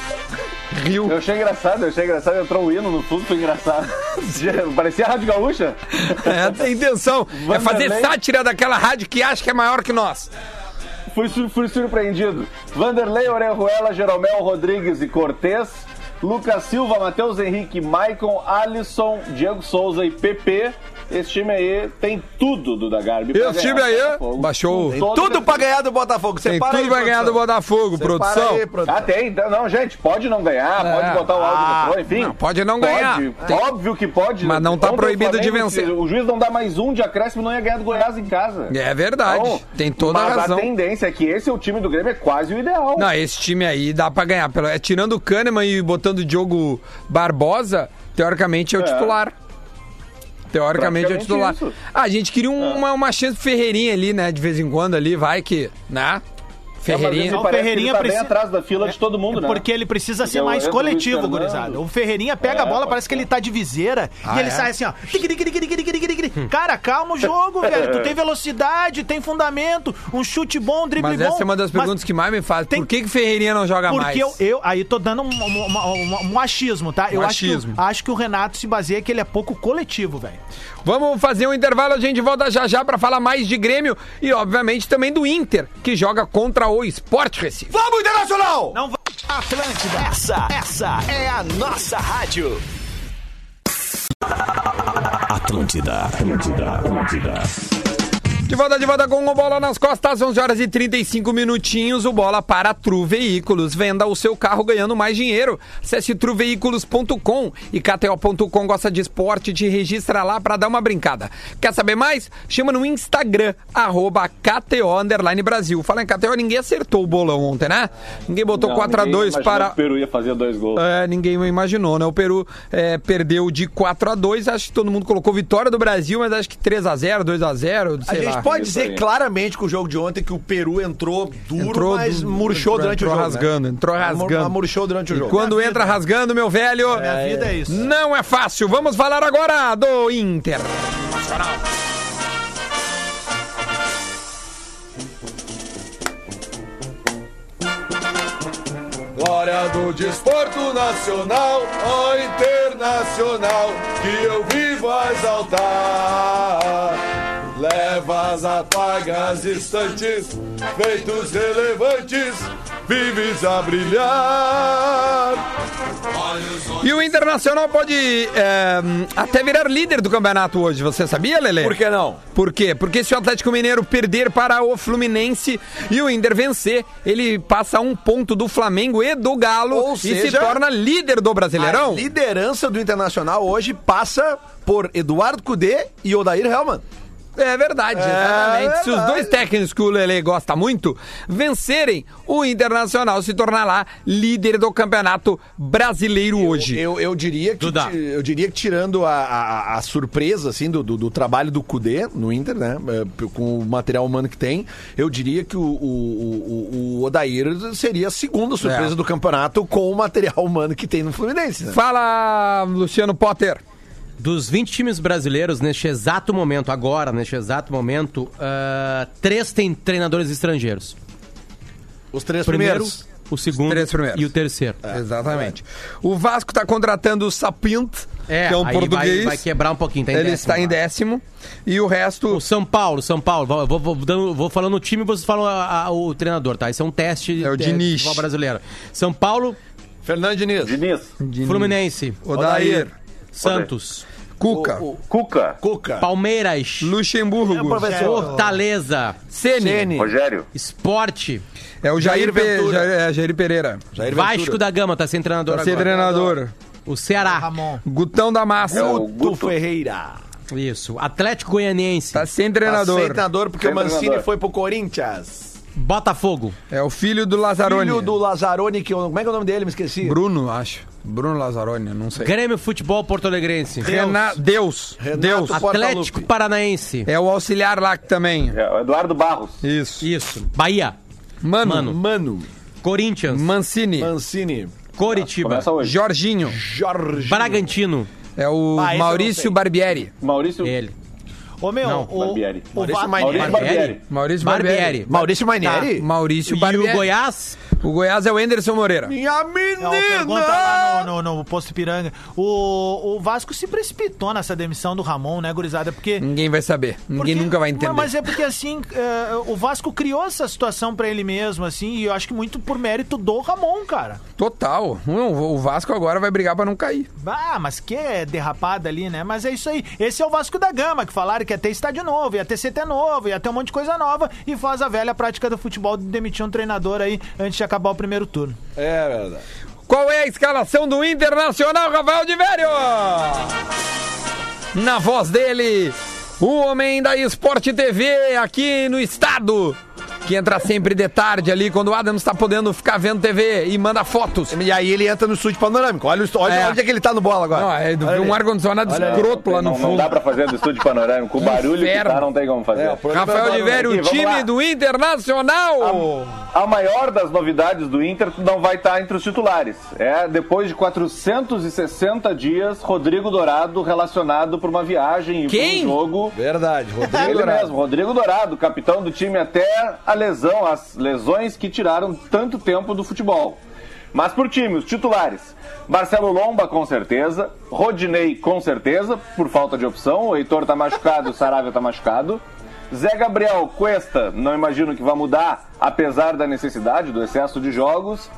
Speaker 2: Riu.
Speaker 6: Eu achei engraçado, eu achei engraçado. Entrou o hino no fundo, foi engraçado. Parecia a Rádio Gaúcha.
Speaker 2: É, a intenção é fazer
Speaker 6: Vanderlei.
Speaker 2: sátira daquela rádio que acha que é maior que nós.
Speaker 6: Fui, sur- fui surpreendido. Vanderlei, Orejuela, Jeromel, Rodrigues e Cortez. Lucas Silva, Matheus Henrique, Maicon, Alisson, Diego Souza e PP. Esse time aí tem tudo do Dagarbi. pra
Speaker 2: Esse
Speaker 6: ganhar
Speaker 2: time
Speaker 6: do
Speaker 2: aí
Speaker 6: Botafogo.
Speaker 2: baixou.
Speaker 6: Com
Speaker 3: Tem
Speaker 6: todo
Speaker 3: tudo
Speaker 6: respeito.
Speaker 3: pra ganhar do Botafogo.
Speaker 2: Tem
Speaker 3: Separa
Speaker 2: tudo
Speaker 3: aí,
Speaker 2: pra ganhar do
Speaker 3: produção.
Speaker 2: Botafogo,
Speaker 3: Separa
Speaker 2: produção.
Speaker 3: aí, produção.
Speaker 6: Ah, tem. Então, Não, gente, pode não ganhar,
Speaker 2: É.
Speaker 6: pode botar o áudio
Speaker 2: Ah,
Speaker 6: no pro, enfim.
Speaker 2: não, pode não
Speaker 6: Pode,
Speaker 2: ganhar. Tem.
Speaker 6: Óbvio que pode.
Speaker 2: Mas não tá
Speaker 6: Ontem o
Speaker 2: proibido de
Speaker 6: Flamengo, se
Speaker 2: vencer.
Speaker 6: O juiz não dá mais um de acréscimo, não ia ganhar do Goiás em casa.
Speaker 2: É verdade.
Speaker 6: Então,
Speaker 2: Tem toda a
Speaker 6: mas
Speaker 2: razão.
Speaker 6: a tendência é que esse é o time do Grêmio, é quase o ideal.
Speaker 2: Não, esse time aí dá pra ganhar. Pelo- É, tirando o Kahneman e botando o Diogo Barbosa, teoricamente é o
Speaker 6: É.
Speaker 2: titular. Teoricamente é o
Speaker 6: Praticamente
Speaker 2: titular.
Speaker 6: isso.
Speaker 2: Ah, a gente queria um- uma, uma chance do Ferreirinha ali, né? De vez em quando ali, vai que. Né? Ferreirinha. É,
Speaker 6: É, mas me
Speaker 5: O
Speaker 6: parece que
Speaker 5: Ferreirinha
Speaker 6: ele tá
Speaker 5: precisa-
Speaker 6: bem atrás da fila de todo mundo, né?
Speaker 5: Porque ele precisa ser
Speaker 6: Porque
Speaker 5: mais
Speaker 6: o Luiz
Speaker 5: coletivo,
Speaker 6: Fernando-
Speaker 2: né?
Speaker 5: gurizada. O Ferreirinha
Speaker 2: É,
Speaker 5: pega a bola, parece que ele tá de viseira
Speaker 2: Ah,
Speaker 5: e ele sai assim, ó. Tigri, tigri, tigri, tigri, tigri, tigri. Cara, calma o jogo, velho. Tu tem velocidade, tem fundamento, um chute bom, um drible
Speaker 2: Mas
Speaker 5: bom.
Speaker 2: essa é uma das
Speaker 5: mas
Speaker 2: perguntas que mais me faz.
Speaker 5: tem-
Speaker 2: Por que que Ferreirinha não joga mais?
Speaker 5: Porque eu, eu- aí tô dando um, um- um- um- um achismo, tá? Eu acho que o-
Speaker 2: achismo.
Speaker 5: Acho, que, o Renato se baseia que ele é pouco coletivo, velho.
Speaker 2: Vamos fazer um intervalo, a gente volta já já pra falar mais de Grêmio e, obviamente, também do Inter, que joga contra o Sport Recife.
Speaker 3: Vamos, Internacional!
Speaker 5: Não vai. Atlântida.
Speaker 11: Essa, essa é a nossa rádio.
Speaker 4: Atlântida, Atlântida, Atlântida.
Speaker 2: De volta, de volta com o Bola nas Costas, 11 horas e 35 minutinhos. O Bola para a Tru Veículos. Venda o seu carro ganhando mais dinheiro. Acesse truveículos.com e KTO.com gosta de esporte. Te registra lá para dar uma brincada. Quer saber mais? Chama no Instagram, arroba KTO underline Brasil. Fala em KTO, ninguém acertou o bolão ontem, né? Ninguém botou
Speaker 6: Não,
Speaker 2: 4x2
Speaker 6: ninguém imaginou
Speaker 2: para.
Speaker 6: que O Peru ia fazer dois gols.
Speaker 2: É, ninguém imaginou, né? O Peru é, perdeu de 4 a 2 Acho que todo mundo colocou vitória do Brasil, mas acho que 3 a 0 2 a 0
Speaker 3: A
Speaker 2: sei
Speaker 3: gente
Speaker 2: lá.
Speaker 3: pode
Speaker 6: Isso
Speaker 3: dizer
Speaker 6: aí.
Speaker 3: claramente com o jogo de ontem que o Peru entrou duro,
Speaker 2: Entrou
Speaker 3: mas
Speaker 2: du-
Speaker 3: murchou
Speaker 2: entrou-
Speaker 3: durante
Speaker 2: entrou
Speaker 3: o jogo.
Speaker 2: rasgando,
Speaker 3: né?
Speaker 2: entrou
Speaker 3: Amor-
Speaker 2: rasgando.
Speaker 3: Murchou durante o
Speaker 2: E
Speaker 3: jogo. é
Speaker 2: quando entra rasgando, meu velho,
Speaker 5: A vida é isso.
Speaker 2: não é fácil. Vamos falar agora do Inter.
Speaker 3: Glória do desporto nacional, ó internacional, que eu vivo a exaltar. Levas, apagas, instantes, feitos relevantes, vives a brilhar.
Speaker 2: E o Internacional pode é, até virar líder do campeonato hoje, você sabia, Lele?
Speaker 3: Por que não?
Speaker 2: Por quê? Porque se o Atlético Mineiro perder para o Fluminense e o Inter vencer, ele passa um ponto do Flamengo e do Galo
Speaker 3: Ou
Speaker 2: e se
Speaker 3: seja,
Speaker 2: torna líder do
Speaker 3: A
Speaker 2: Brasileirão.
Speaker 3: liderança do Internacional hoje passa por Eduardo Cudê e Odair Hellman.
Speaker 2: É verdade, exatamente. Se os
Speaker 3: verdade.
Speaker 2: dois técnicos que o Lele gosta muito vencerem, o Internacional se tornará líder do Campeonato Brasileiro hoje.
Speaker 3: Eu, eu diria que
Speaker 7: Dudá.
Speaker 3: ti- eu diria que tirando a, a- a surpresa assim do, do- do trabalho do Cudê no Inter, né, eh, p- com o material humano que tem, eu diria que o, o, o- o Odair seria a segunda surpresa
Speaker 2: É.
Speaker 3: do campeonato com o material humano que tem no Fluminense. Né?
Speaker 2: Fala, Luciano Potter.
Speaker 7: Dos 20 times brasileiros, neste exato momento, agora, neste exato momento, ah, três têm treinadores estrangeiros.
Speaker 3: Os três
Speaker 7: Primeiro,
Speaker 3: primeiros.
Speaker 7: o segundo
Speaker 2: três primeiros.
Speaker 7: e o terceiro.
Speaker 2: Exatamente. O Vasco está contratando o Sapint, que é um
Speaker 7: aí
Speaker 2: português.
Speaker 7: Vai, vai quebrar um pouquinho, tá em
Speaker 2: Ele
Speaker 7: décimo
Speaker 2: está em
Speaker 7: lá.
Speaker 2: décimo. E o resto.
Speaker 7: O São Paulo, São Paulo, vou, vou- vou dando- vou falando o time e vocês falam a- a- o treinador, tá? Isso é um teste
Speaker 2: É o
Speaker 7: de
Speaker 2: Diniz.
Speaker 7: futebol brasileiro. São Paulo,
Speaker 3: Fernando Diniz.
Speaker 6: Diniz,
Speaker 7: Fluminense,
Speaker 2: Odair.
Speaker 7: Santos,
Speaker 2: Cuca.
Speaker 6: Cuca,
Speaker 2: Tá.
Speaker 3: Cuca.
Speaker 7: Palmeiras,
Speaker 2: Luxemburgo.
Speaker 7: Fortaleza,
Speaker 2: Ceni.
Speaker 3: Ceni.
Speaker 6: Rogério,
Speaker 7: Esporte,
Speaker 2: É o Jair,
Speaker 3: Jair
Speaker 2: Pe-
Speaker 3: Ventura.
Speaker 2: Jair, é, Jair Pereira.
Speaker 3: Jair
Speaker 7: Vasco
Speaker 3: Ventura.
Speaker 7: da Gama, tá sem treinador
Speaker 2: Ser
Speaker 7: agora.
Speaker 2: treinador.
Speaker 7: O Ceará.
Speaker 2: Tá
Speaker 5: Ramon.
Speaker 2: Gutão da Massa.
Speaker 6: é o
Speaker 3: Tu
Speaker 6: Guto.
Speaker 3: Ferreira.
Speaker 7: Isso. Atlético Goianiense.
Speaker 2: Tá sem
Speaker 3: Treinador.
Speaker 2: treinador.
Speaker 3: treinador porque
Speaker 6: Sem
Speaker 3: o Mancini
Speaker 6: treinador.
Speaker 3: foi pro Corinthians.
Speaker 7: Botafogo.
Speaker 2: É o filho do Lazarone.
Speaker 3: Filho do Lazarone, que eu- como é que é o nome dele? Me esqueci.
Speaker 2: Bruno, acho. Bruno Lazzaroni, não sei.
Speaker 7: Grêmio Futebol Porto Alegrense.
Speaker 2: Renan- Deus.
Speaker 3: Renato
Speaker 2: Deus.
Speaker 3: Porta-
Speaker 7: Atlético
Speaker 3: Portaluppi.
Speaker 7: Paranaense.
Speaker 2: É o auxiliar lá que também.
Speaker 6: É, o Eduardo Barros.
Speaker 2: Isso.
Speaker 7: Isso. Bahia.
Speaker 2: Mano,
Speaker 7: Mano.
Speaker 3: Mano,
Speaker 7: Corinthians.
Speaker 3: Hum.
Speaker 2: Mancini.
Speaker 3: Mancini,
Speaker 7: Coritiba.
Speaker 6: Começa hoje.
Speaker 2: Jorginho.
Speaker 3: Jorge.
Speaker 7: Bragantino.
Speaker 2: É o
Speaker 3: Ah, esse eu não
Speaker 2: Maurício
Speaker 3: sei.
Speaker 2: Barbieri.
Speaker 6: Maurício
Speaker 2: É,
Speaker 7: Ele.
Speaker 5: Ô, meu,
Speaker 7: Não,
Speaker 5: o,
Speaker 6: Barbieri.
Speaker 5: o
Speaker 3: Maurício
Speaker 5: Va-
Speaker 3: Mainier.
Speaker 6: Maurício Barbieri.
Speaker 2: Maurício Barbieri.
Speaker 7: Barbieri.
Speaker 3: Maurício Mainieri?
Speaker 2: Ah, Maurício Barbieri.
Speaker 7: E o Goiás?
Speaker 2: O Goiás é o Enderson Moreira.
Speaker 3: Minha
Speaker 5: É uma pergunta lá no, no, no posto Piranga. O, o Vasco se precipitou nessa demissão do Ramon, né, gurizada? Porque.
Speaker 2: Ninguém vai saber. Ninguém
Speaker 5: porque-
Speaker 2: nunca vai entender.
Speaker 5: Mas é porque assim, é, o Vasco criou essa situação pra ele mesmo, assim, e eu acho que muito por mérito do Ramon, cara.
Speaker 2: Total. Não, o Vasco agora vai brigar pra não cair.
Speaker 5: Ah, mas que derrapada ali, né? Mas é isso aí. Esse é o Vasco da Gama, que falaram que ia ter estádio novo, ia ter CT novo, ia ter um monte de coisa nova, e faz a velha prática do futebol de demitir um treinador aí antes de acabar o primeiro turno.
Speaker 3: É verdade.
Speaker 2: Qual é a escalação do Internacional, Rafael de Vério? Na voz dele, o homem da Esporte TV aqui no estado, que entra sempre de tarde ali, quando o Adams tá podendo ficar vendo TV e manda fotos.
Speaker 3: E aí ele entra no estúdio panorâmico. Olha, o estu- olha
Speaker 2: É.
Speaker 3: onde é que ele tá no bola agora.
Speaker 2: Não, é do-
Speaker 3: Olha
Speaker 2: um
Speaker 3: ali.
Speaker 2: ar-condicionado escroto lá no
Speaker 6: não, não
Speaker 2: fundo.
Speaker 6: dá pra fazer do estúdio panorâmico. O barulho
Speaker 2: inferno.
Speaker 6: que tá não tem como fazer.
Speaker 3: É, pro-
Speaker 2: Rafael de Vério, o
Speaker 6: Aqui, vamos
Speaker 2: time
Speaker 6: lá.
Speaker 2: do Internacional!
Speaker 3: Tá
Speaker 6: A maior das novidades do Inter não vai estar entre os titulares. É, depois de 460 dias, Rodrigo Dourado relacionado por uma viagem e por
Speaker 2: Quem?
Speaker 6: um jogo.
Speaker 3: Verdade, Rodrigo.
Speaker 6: Ele mesmo, Rodrigo Dourado, capitão do time até a lesão, as lesões que tiraram tanto tempo do futebol. Mas por time, os titulares. Marcelo Lomba, com certeza. Rodinei, com certeza, por falta de opção. O Heitor tá machucado, o Saravia tá machucado. Zé Gabriel Cuesta, não imagino que vá mudar, apesar da necessidade, do excesso de jogos.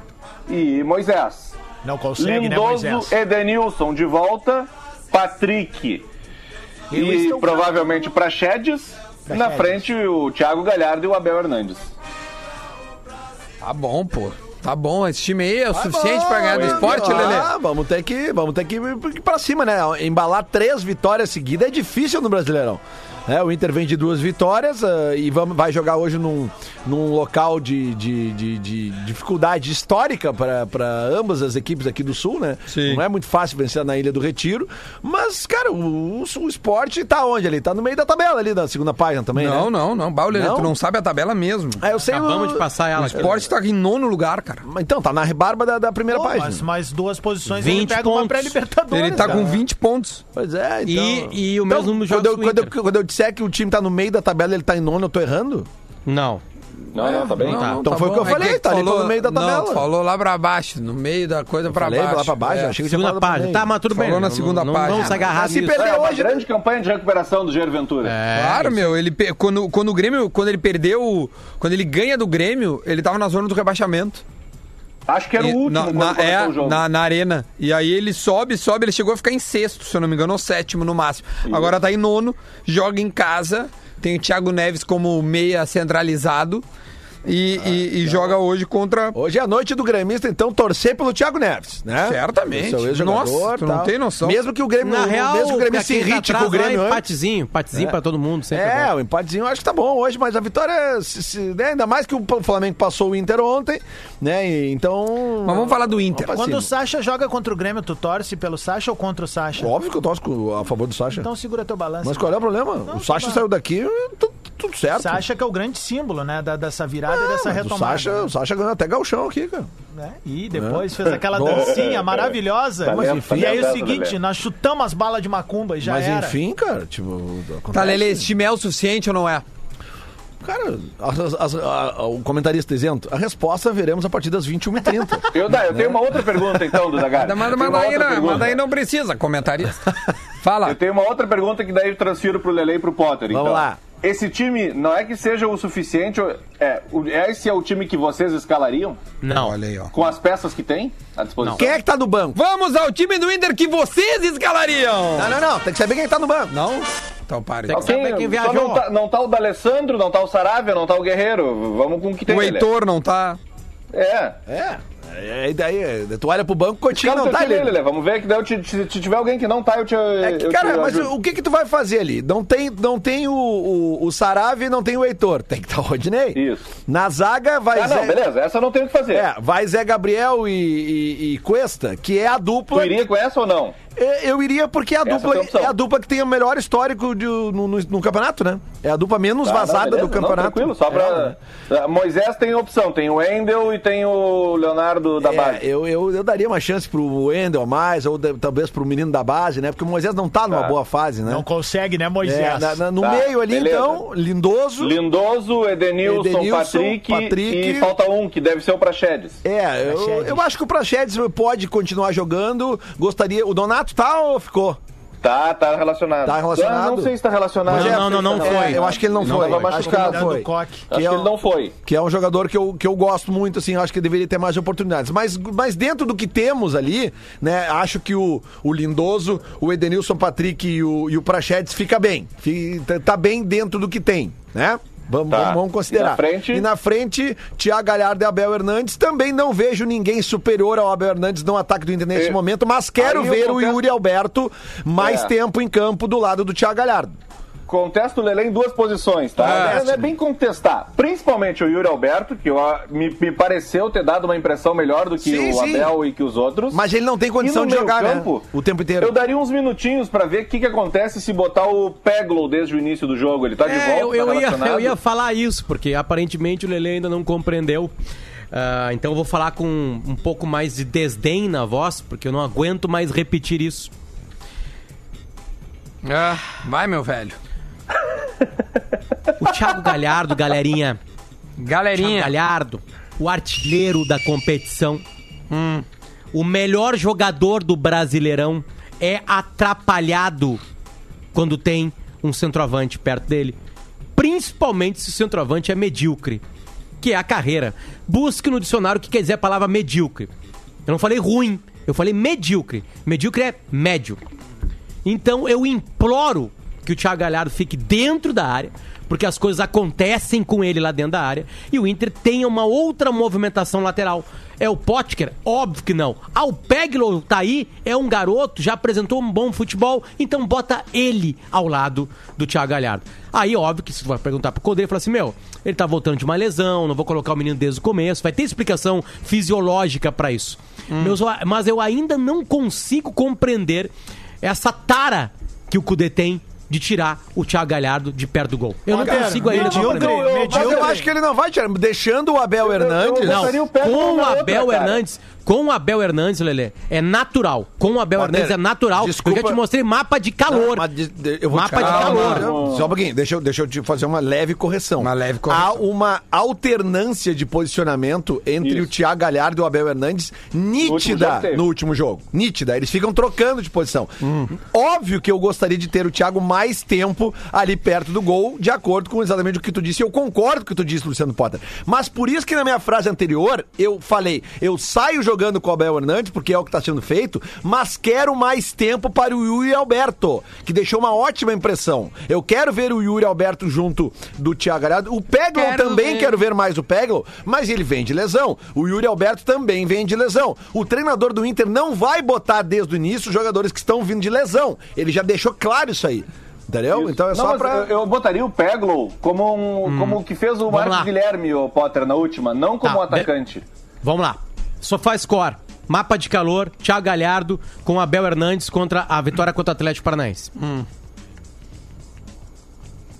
Speaker 6: E Moisés.
Speaker 5: Não consegue, né,
Speaker 6: Lindoso
Speaker 5: Moisés?
Speaker 3: é
Speaker 6: Edenilson de volta. Patrick e provavelmente para Chedes. Na frente, o Thiago Galhardo e o Abel Hernandes.
Speaker 2: Tá bom, pô. Tá bom, esse time aí é o
Speaker 3: Tá
Speaker 2: suficiente pra ganhar do esporte,
Speaker 3: Ah,
Speaker 2: Lelê.
Speaker 3: Vamos ter que, vamos ter que ir pra cima, né? Embalar três vitórias seguidas é difícil no Brasileirão. É, o Inter vem de duas vitórias ah, e vamos, vai jogar hoje num, num local de, de, de- de dificuldade histórica para ambas as equipes aqui do Sul, né? Não é muito fácil vencer na Ilha do Retiro, mas, cara, o, o, o esporte tá onde ali? Tá no meio da tabela ali, da segunda página também,
Speaker 2: Não,
Speaker 3: né?
Speaker 2: não, não. Bah, o Lelê,
Speaker 3: Não?
Speaker 2: tu não sabe a tabela mesmo.
Speaker 3: Ah, Então, eu sei o-
Speaker 7: Acabamos de Tá, passar
Speaker 2: O
Speaker 7: ela. aqui.
Speaker 2: esporte tá em nono lugar, cara.
Speaker 3: Então, tá na rebarba da, da primeira
Speaker 5: Pô,
Speaker 3: página.
Speaker 5: mas mais duas posições
Speaker 7: 20
Speaker 5: ele pega uma né?
Speaker 7: pontos.
Speaker 5: pré-libertadores.
Speaker 2: Ele tá
Speaker 5: cara.
Speaker 2: com 20 pontos.
Speaker 3: Pois é, então...
Speaker 7: E, e o mesmo número de
Speaker 3: quando
Speaker 7: jogos
Speaker 3: eu,
Speaker 7: que o
Speaker 3: quando, eu,
Speaker 7: Inter.
Speaker 3: quando eu disser que o time tá no meio da tabela e ele tá em nono, eu tô errando?
Speaker 7: Não.
Speaker 6: Não, não, tá bem.
Speaker 7: Tá.
Speaker 3: Então foi o que eu falei,
Speaker 2: ele
Speaker 3: tá ali no meio da
Speaker 2: Não,
Speaker 3: tabela.
Speaker 2: tu falou lá pra baixo, no meio da coisa pra
Speaker 3: Falei
Speaker 2: baixo.
Speaker 3: lá pra baixo,
Speaker 2: É.
Speaker 3: achei que tinha
Speaker 7: Segunda
Speaker 3: falado pra
Speaker 7: página.
Speaker 3: mim.
Speaker 7: Tá, mas tudo
Speaker 2: Falou
Speaker 7: bem.
Speaker 2: na
Speaker 7: Não-
Speaker 2: segunda
Speaker 7: não,
Speaker 2: página.
Speaker 7: Não se agarrar
Speaker 3: Mas se
Speaker 7: nisso.
Speaker 3: perder-
Speaker 6: É uma
Speaker 3: hoje, né?
Speaker 6: grande campanha de recuperação do Jair Ventura.
Speaker 2: É. Claro, meu, ele pe- quando, quando o Grêmio, quando ele perdeu, o- quando ele ganha do Grêmio, ele tava na zona do rebaixamento.
Speaker 6: Acho que era
Speaker 2: E-
Speaker 6: o último
Speaker 2: na,
Speaker 6: quando
Speaker 2: na-
Speaker 6: começou
Speaker 2: é,
Speaker 6: o jogo.
Speaker 2: na, na arena. E aí ele sobe, sobe, ele chegou a ficar em sexto, se eu não me engano, ou sétimo no máximo. Agora tá em nono, joga em casa, tem o Thiago Neves como meia centralizado e,
Speaker 6: Ah,
Speaker 2: e- e joga hoje contra.
Speaker 3: Hoje é a noite do gremista, então torcer pelo Thiago Neves, né?
Speaker 2: Certamente.
Speaker 3: Seu ex-jogador,
Speaker 2: Nossa, tu não
Speaker 3: tal.
Speaker 2: tem noção.
Speaker 3: Mesmo que o Grêmio,
Speaker 7: Na real,
Speaker 3: mesmo que o Grêmio se
Speaker 7: quem tá
Speaker 3: irrite
Speaker 7: atrás
Speaker 3: com o Grêmio
Speaker 7: lá é
Speaker 3: antes.
Speaker 7: empatezinho, empatezinho pra todo mundo, sempre.
Speaker 3: É,
Speaker 7: bom.
Speaker 3: o empatezinho eu acho que tá bom hoje, mas a vitória, se- se- né, ainda mais que o Flamengo passou o Inter ontem, né? e então.
Speaker 2: Mas vamos falar do Inter.
Speaker 3: Opa,
Speaker 5: Quando o
Speaker 3: assim,
Speaker 5: Sacha joga contra o Grêmio, tu torce pelo Sacha ou contra o Sacha?
Speaker 3: Óbvio que eu torço a favor do Sacha.
Speaker 5: Então segura teu balanço.
Speaker 3: mas qual é o problema?
Speaker 5: Não,
Speaker 3: o Sacha
Speaker 5: tá bom.
Speaker 3: saiu daqui, tu- tudo certo. Ah,
Speaker 5: Sacha que é o grande símbolo, né, da- dessa virada e dessa
Speaker 3: Mas o
Speaker 5: retomada.
Speaker 3: Sacha, o Sacha ganhou até galchão aqui, cara.
Speaker 5: né? E depois fez aquela dancinha maravilhosa.
Speaker 6: Mas enfim.
Speaker 5: e aí o
Speaker 6: Tá
Speaker 5: seguinte,
Speaker 6: vendo?
Speaker 5: nós chutamos as balas de macumba e já
Speaker 3: Mas
Speaker 5: era.
Speaker 3: enfim, cara, tipo.
Speaker 2: Tá,
Speaker 3: acontece.
Speaker 2: Lele, esse time é o suficiente ou não é?
Speaker 3: Cara, as- as- as- a- a- o comentarista isento, a resposta veremos a partir das 21h30.
Speaker 6: Eu, tá, eu tenho uma outra pergunta então, Duda Garbi.
Speaker 2: Mas,
Speaker 6: Eu
Speaker 2: mas,
Speaker 6: tenho uma
Speaker 2: daí,
Speaker 6: outra
Speaker 2: não, mas
Speaker 6: pergunta.
Speaker 2: daí não precisa, comentarista. Fala.
Speaker 6: Eu tenho uma outra pergunta que daí eu transfiro pro Lele e pro Potter.
Speaker 3: Vamos
Speaker 6: então.
Speaker 3: lá.
Speaker 6: Esse time não é que seja o suficiente. É, o- esse é o time que vocês escalariam?
Speaker 7: Não.
Speaker 2: Olha aí, ó.
Speaker 6: Com as peças que tem à disposição?
Speaker 3: Quem é que tá no banco?
Speaker 2: Vamos ao time do Inter que vocês escalariam!
Speaker 3: Não, não, não, tem que saber quem tá no banco.
Speaker 2: Não? Então pare.
Speaker 7: Tem que saber quem
Speaker 6: só
Speaker 7: viajou.
Speaker 6: Não tá, não tá o D'Alessandro, não tá o Saravia, não tá o Guerreiro. Vamos com o que tem.
Speaker 2: O
Speaker 6: Lelê.
Speaker 2: Heitor não tá.
Speaker 6: É.
Speaker 3: É. É, e daí, é, tu olha pro banco, o Coutinho
Speaker 6: Cara,
Speaker 3: não tá ali.
Speaker 6: Lelê. Vamos ver que daí eu te, te- se tiver alguém que não tá, eu te.
Speaker 3: É que, cara, mas o que que tu vai fazer ali? Não tem, não tem o, o, o Sarave, não tem o Heitor. Tem que estar tá o Rodinei.
Speaker 6: Isso.
Speaker 3: Na zaga vai
Speaker 6: Ah,
Speaker 3: Zé...
Speaker 6: não, beleza. Essa eu não tem o que fazer.
Speaker 3: É, vai Zé Gabriel e, e- e Cuesta, que é a
Speaker 6: Tu
Speaker 3: dupla.
Speaker 6: iria com essa ou não?
Speaker 3: É, Eu iria porque é a,
Speaker 6: Essa
Speaker 3: dupla,
Speaker 6: é a opção.
Speaker 3: é a dupla que tem o melhor histórico de- no, no- no campeonato, né? É a dupla menos
Speaker 6: Tá,
Speaker 3: vazada
Speaker 6: não, beleza.
Speaker 3: do
Speaker 6: Não,
Speaker 3: campeonato. É.
Speaker 6: tranquilo, só pra... Ah, Moisés tem opção, tem o Endel e tem o Leonardo da
Speaker 3: É,
Speaker 6: base.
Speaker 3: eu, eu, eu daria uma chance pro Wendel a mais, ou da- talvez pro menino da base, né? Porque o Moisés não tá numa boa fase, né?
Speaker 5: Não consegue, né,
Speaker 3: É,
Speaker 5: Moisés?
Speaker 3: na- na- no
Speaker 6: Tá,
Speaker 3: meio ali,
Speaker 6: beleza.
Speaker 3: então, lindoso.
Speaker 6: Lindoso, Edenilson,
Speaker 3: Edenilson,
Speaker 6: Patrick,
Speaker 3: Patrick.
Speaker 6: e falta um, que deve ser o Praxedes.
Speaker 3: É, eu,
Speaker 5: Praxedes.
Speaker 3: eu acho que o Praxedes pode continuar jogando. Gostaria. O Donato tá ou ficou?
Speaker 6: Tá, tá relacionado.
Speaker 3: Tá relacionado?
Speaker 6: Eu não sei se tá relacionado.
Speaker 3: Mas é,
Speaker 7: não, não, não
Speaker 6: sei se tá
Speaker 7: foi.
Speaker 3: É, eu acho que ele não,
Speaker 6: Não,
Speaker 3: foi.
Speaker 6: tava
Speaker 3: Acho que ele
Speaker 6: machucado.
Speaker 3: não foi.
Speaker 5: Coque.
Speaker 6: Acho que
Speaker 3: é
Speaker 6: ele não foi.
Speaker 3: que é um jogador que eu, que eu gosto muito, assim, acho que deveria ter mais oportunidades. Mas, mas dentro do que temos ali, né, acho que o, o Lindoso, o Edenilson Patrick e o, e o Prachedes fica bem. Fi- tá- Tá bem dentro do que tem, né? Vamos,
Speaker 6: Tá.
Speaker 3: vamos, vamos considerar.
Speaker 6: E na frente?
Speaker 3: E na frente, Thiago Galhardo e Abel Hernandes. Também não vejo ninguém superior ao Abel Hernandes no ataque do Inter nesse
Speaker 6: É.
Speaker 3: momento, mas quero
Speaker 6: Aí eu
Speaker 3: ver o
Speaker 6: confesso-
Speaker 3: Yuri Alberto mais
Speaker 6: É.
Speaker 3: tempo em campo do lado do Thiago Galhardo.
Speaker 6: Contesto o Lelê em duas posições,
Speaker 3: Ah,
Speaker 6: tá?
Speaker 2: Conteste.
Speaker 6: é, é bem contestar. Principalmente o Yuri Alberto, que eu, ah, me, me pareceu ter dado uma impressão melhor do que
Speaker 3: Sim,
Speaker 6: o
Speaker 3: sim.
Speaker 6: Abel e que os outros.
Speaker 3: Mas ele não tem
Speaker 6: E
Speaker 3: condição
Speaker 6: no
Speaker 3: de jogar,
Speaker 6: meio-campo,
Speaker 3: né? O tempo inteiro.
Speaker 6: Eu daria uns minutinhos pra ver o que, que acontece se botar o Peglow desde o início do jogo. Ele tá de
Speaker 7: É,
Speaker 6: volta,
Speaker 7: eu,
Speaker 6: tá
Speaker 7: eu ia,
Speaker 6: relacionado.
Speaker 7: eu ia falar isso, porque aparentemente o Lele ainda não compreendeu. Ah, então eu vou falar com um pouco mais de desdém na voz, porque eu não aguento mais repetir isso.
Speaker 2: Ah, vai, meu velho.
Speaker 7: O Thiago Galhardo, galerinha. Thiago
Speaker 2: Galerinha.
Speaker 7: Galhardo, o artilheiro da competição.
Speaker 2: Hum.
Speaker 7: O melhor jogador do Brasileirão é atrapalhado quando tem um centroavante perto dele. Principalmente se o centroavante é medíocre, que é a carreira. Busque no dicionário o que quer dizer a palavra medíocre. Eu não falei ruim, eu falei medíocre. Medíocre é médio. Então eu imploro que o Thiago Galhardo fique dentro da área, porque as coisas acontecem com ele lá dentro da área, e o Inter tenha uma outra movimentação lateral. É o Potker? Óbvio que não. Ah, o Peglo tá aí, é um garoto, já apresentou um bom futebol, então bota ele ao lado do Thiago Galhardo. Aí, óbvio que se tu vai perguntar pro Codê, fala assim, meu, ele tá voltando de uma lesão, não vou colocar o menino desde o começo, vai ter explicação fisiológica pra isso. Meus- mas eu ainda não consigo compreender É essa tara que o Cudê tem de tirar o Thiago Galhardo de perto do gol. Eu não
Speaker 5: Olha,
Speaker 7: consigo ainda
Speaker 5: medíocre,
Speaker 7: compreender.
Speaker 5: eu-
Speaker 3: Mas eu acho que ele não vai tirar. Deixando o Abel Hernandes.
Speaker 6: eu-
Speaker 7: Não,
Speaker 6: botaria o pé
Speaker 7: com
Speaker 6: na
Speaker 7: o
Speaker 6: outra,
Speaker 7: Abel
Speaker 6: cara.
Speaker 7: Hernandes, com o Abel Hernandes, Lelê, é natural. Com o Abel
Speaker 3: Bandeira,
Speaker 7: Hernandes é natural.
Speaker 3: desculpa.
Speaker 7: Eu já te mostrei mapa de
Speaker 6: um
Speaker 7: calor.
Speaker 3: Mas de- de- eu vou
Speaker 7: Mapa
Speaker 3: te-
Speaker 7: de calor.
Speaker 3: Só um pouquinho, deixa eu, deixa eu te fazer uma leve correção.
Speaker 2: Uma leve correção.
Speaker 3: Há uma alternância de posicionamento entre
Speaker 6: Isso.
Speaker 3: o Thiago Galhardo e o Abel Hernandes
Speaker 6: último
Speaker 3: nítida
Speaker 6: jogo teve.
Speaker 3: no último jogo. Nítida. Eles ficam trocando de posição. Óbvio que eu gostaria de ter o Thiago mais tempo ali perto do gol, de acordo com exatamente o que tu disse. Eu concordo com o que tu disse, Luciano Potter. Mas por isso que na minha frase anterior eu falei, eu saio jogando com o Abel Hernandes, porque é o que tá sendo feito, mas quero mais tempo para o Yuri Alberto, que deixou uma ótima impressão. Eu quero ver o Yuri Alberto junto do Thiago Galhardo. O Peglo
Speaker 2: Quero
Speaker 3: também
Speaker 2: ver.
Speaker 3: quero quero ver mais o Peglo, mas ele vem de lesão. O Yuri Alberto também vem de lesão. O treinador do Inter não vai botar desde o início os jogadores que estão vindo de lesão. Ele já deixou claro isso aí. Entendeu? Então é
Speaker 6: Não,
Speaker 3: só
Speaker 6: mas
Speaker 3: pra. Hum.
Speaker 6: eu, eu botaria o Peglow como, um, como o que fez o Marcos
Speaker 7: lá.
Speaker 6: Guilherme, o Potter, na última, não como
Speaker 7: Tá,
Speaker 6: um atacante.
Speaker 7: Vamos lá. Sofá Score. Mapa de calor, Thiago Galhardo com Abel Hernandes contra a vitória contra o Atlético Paranaense.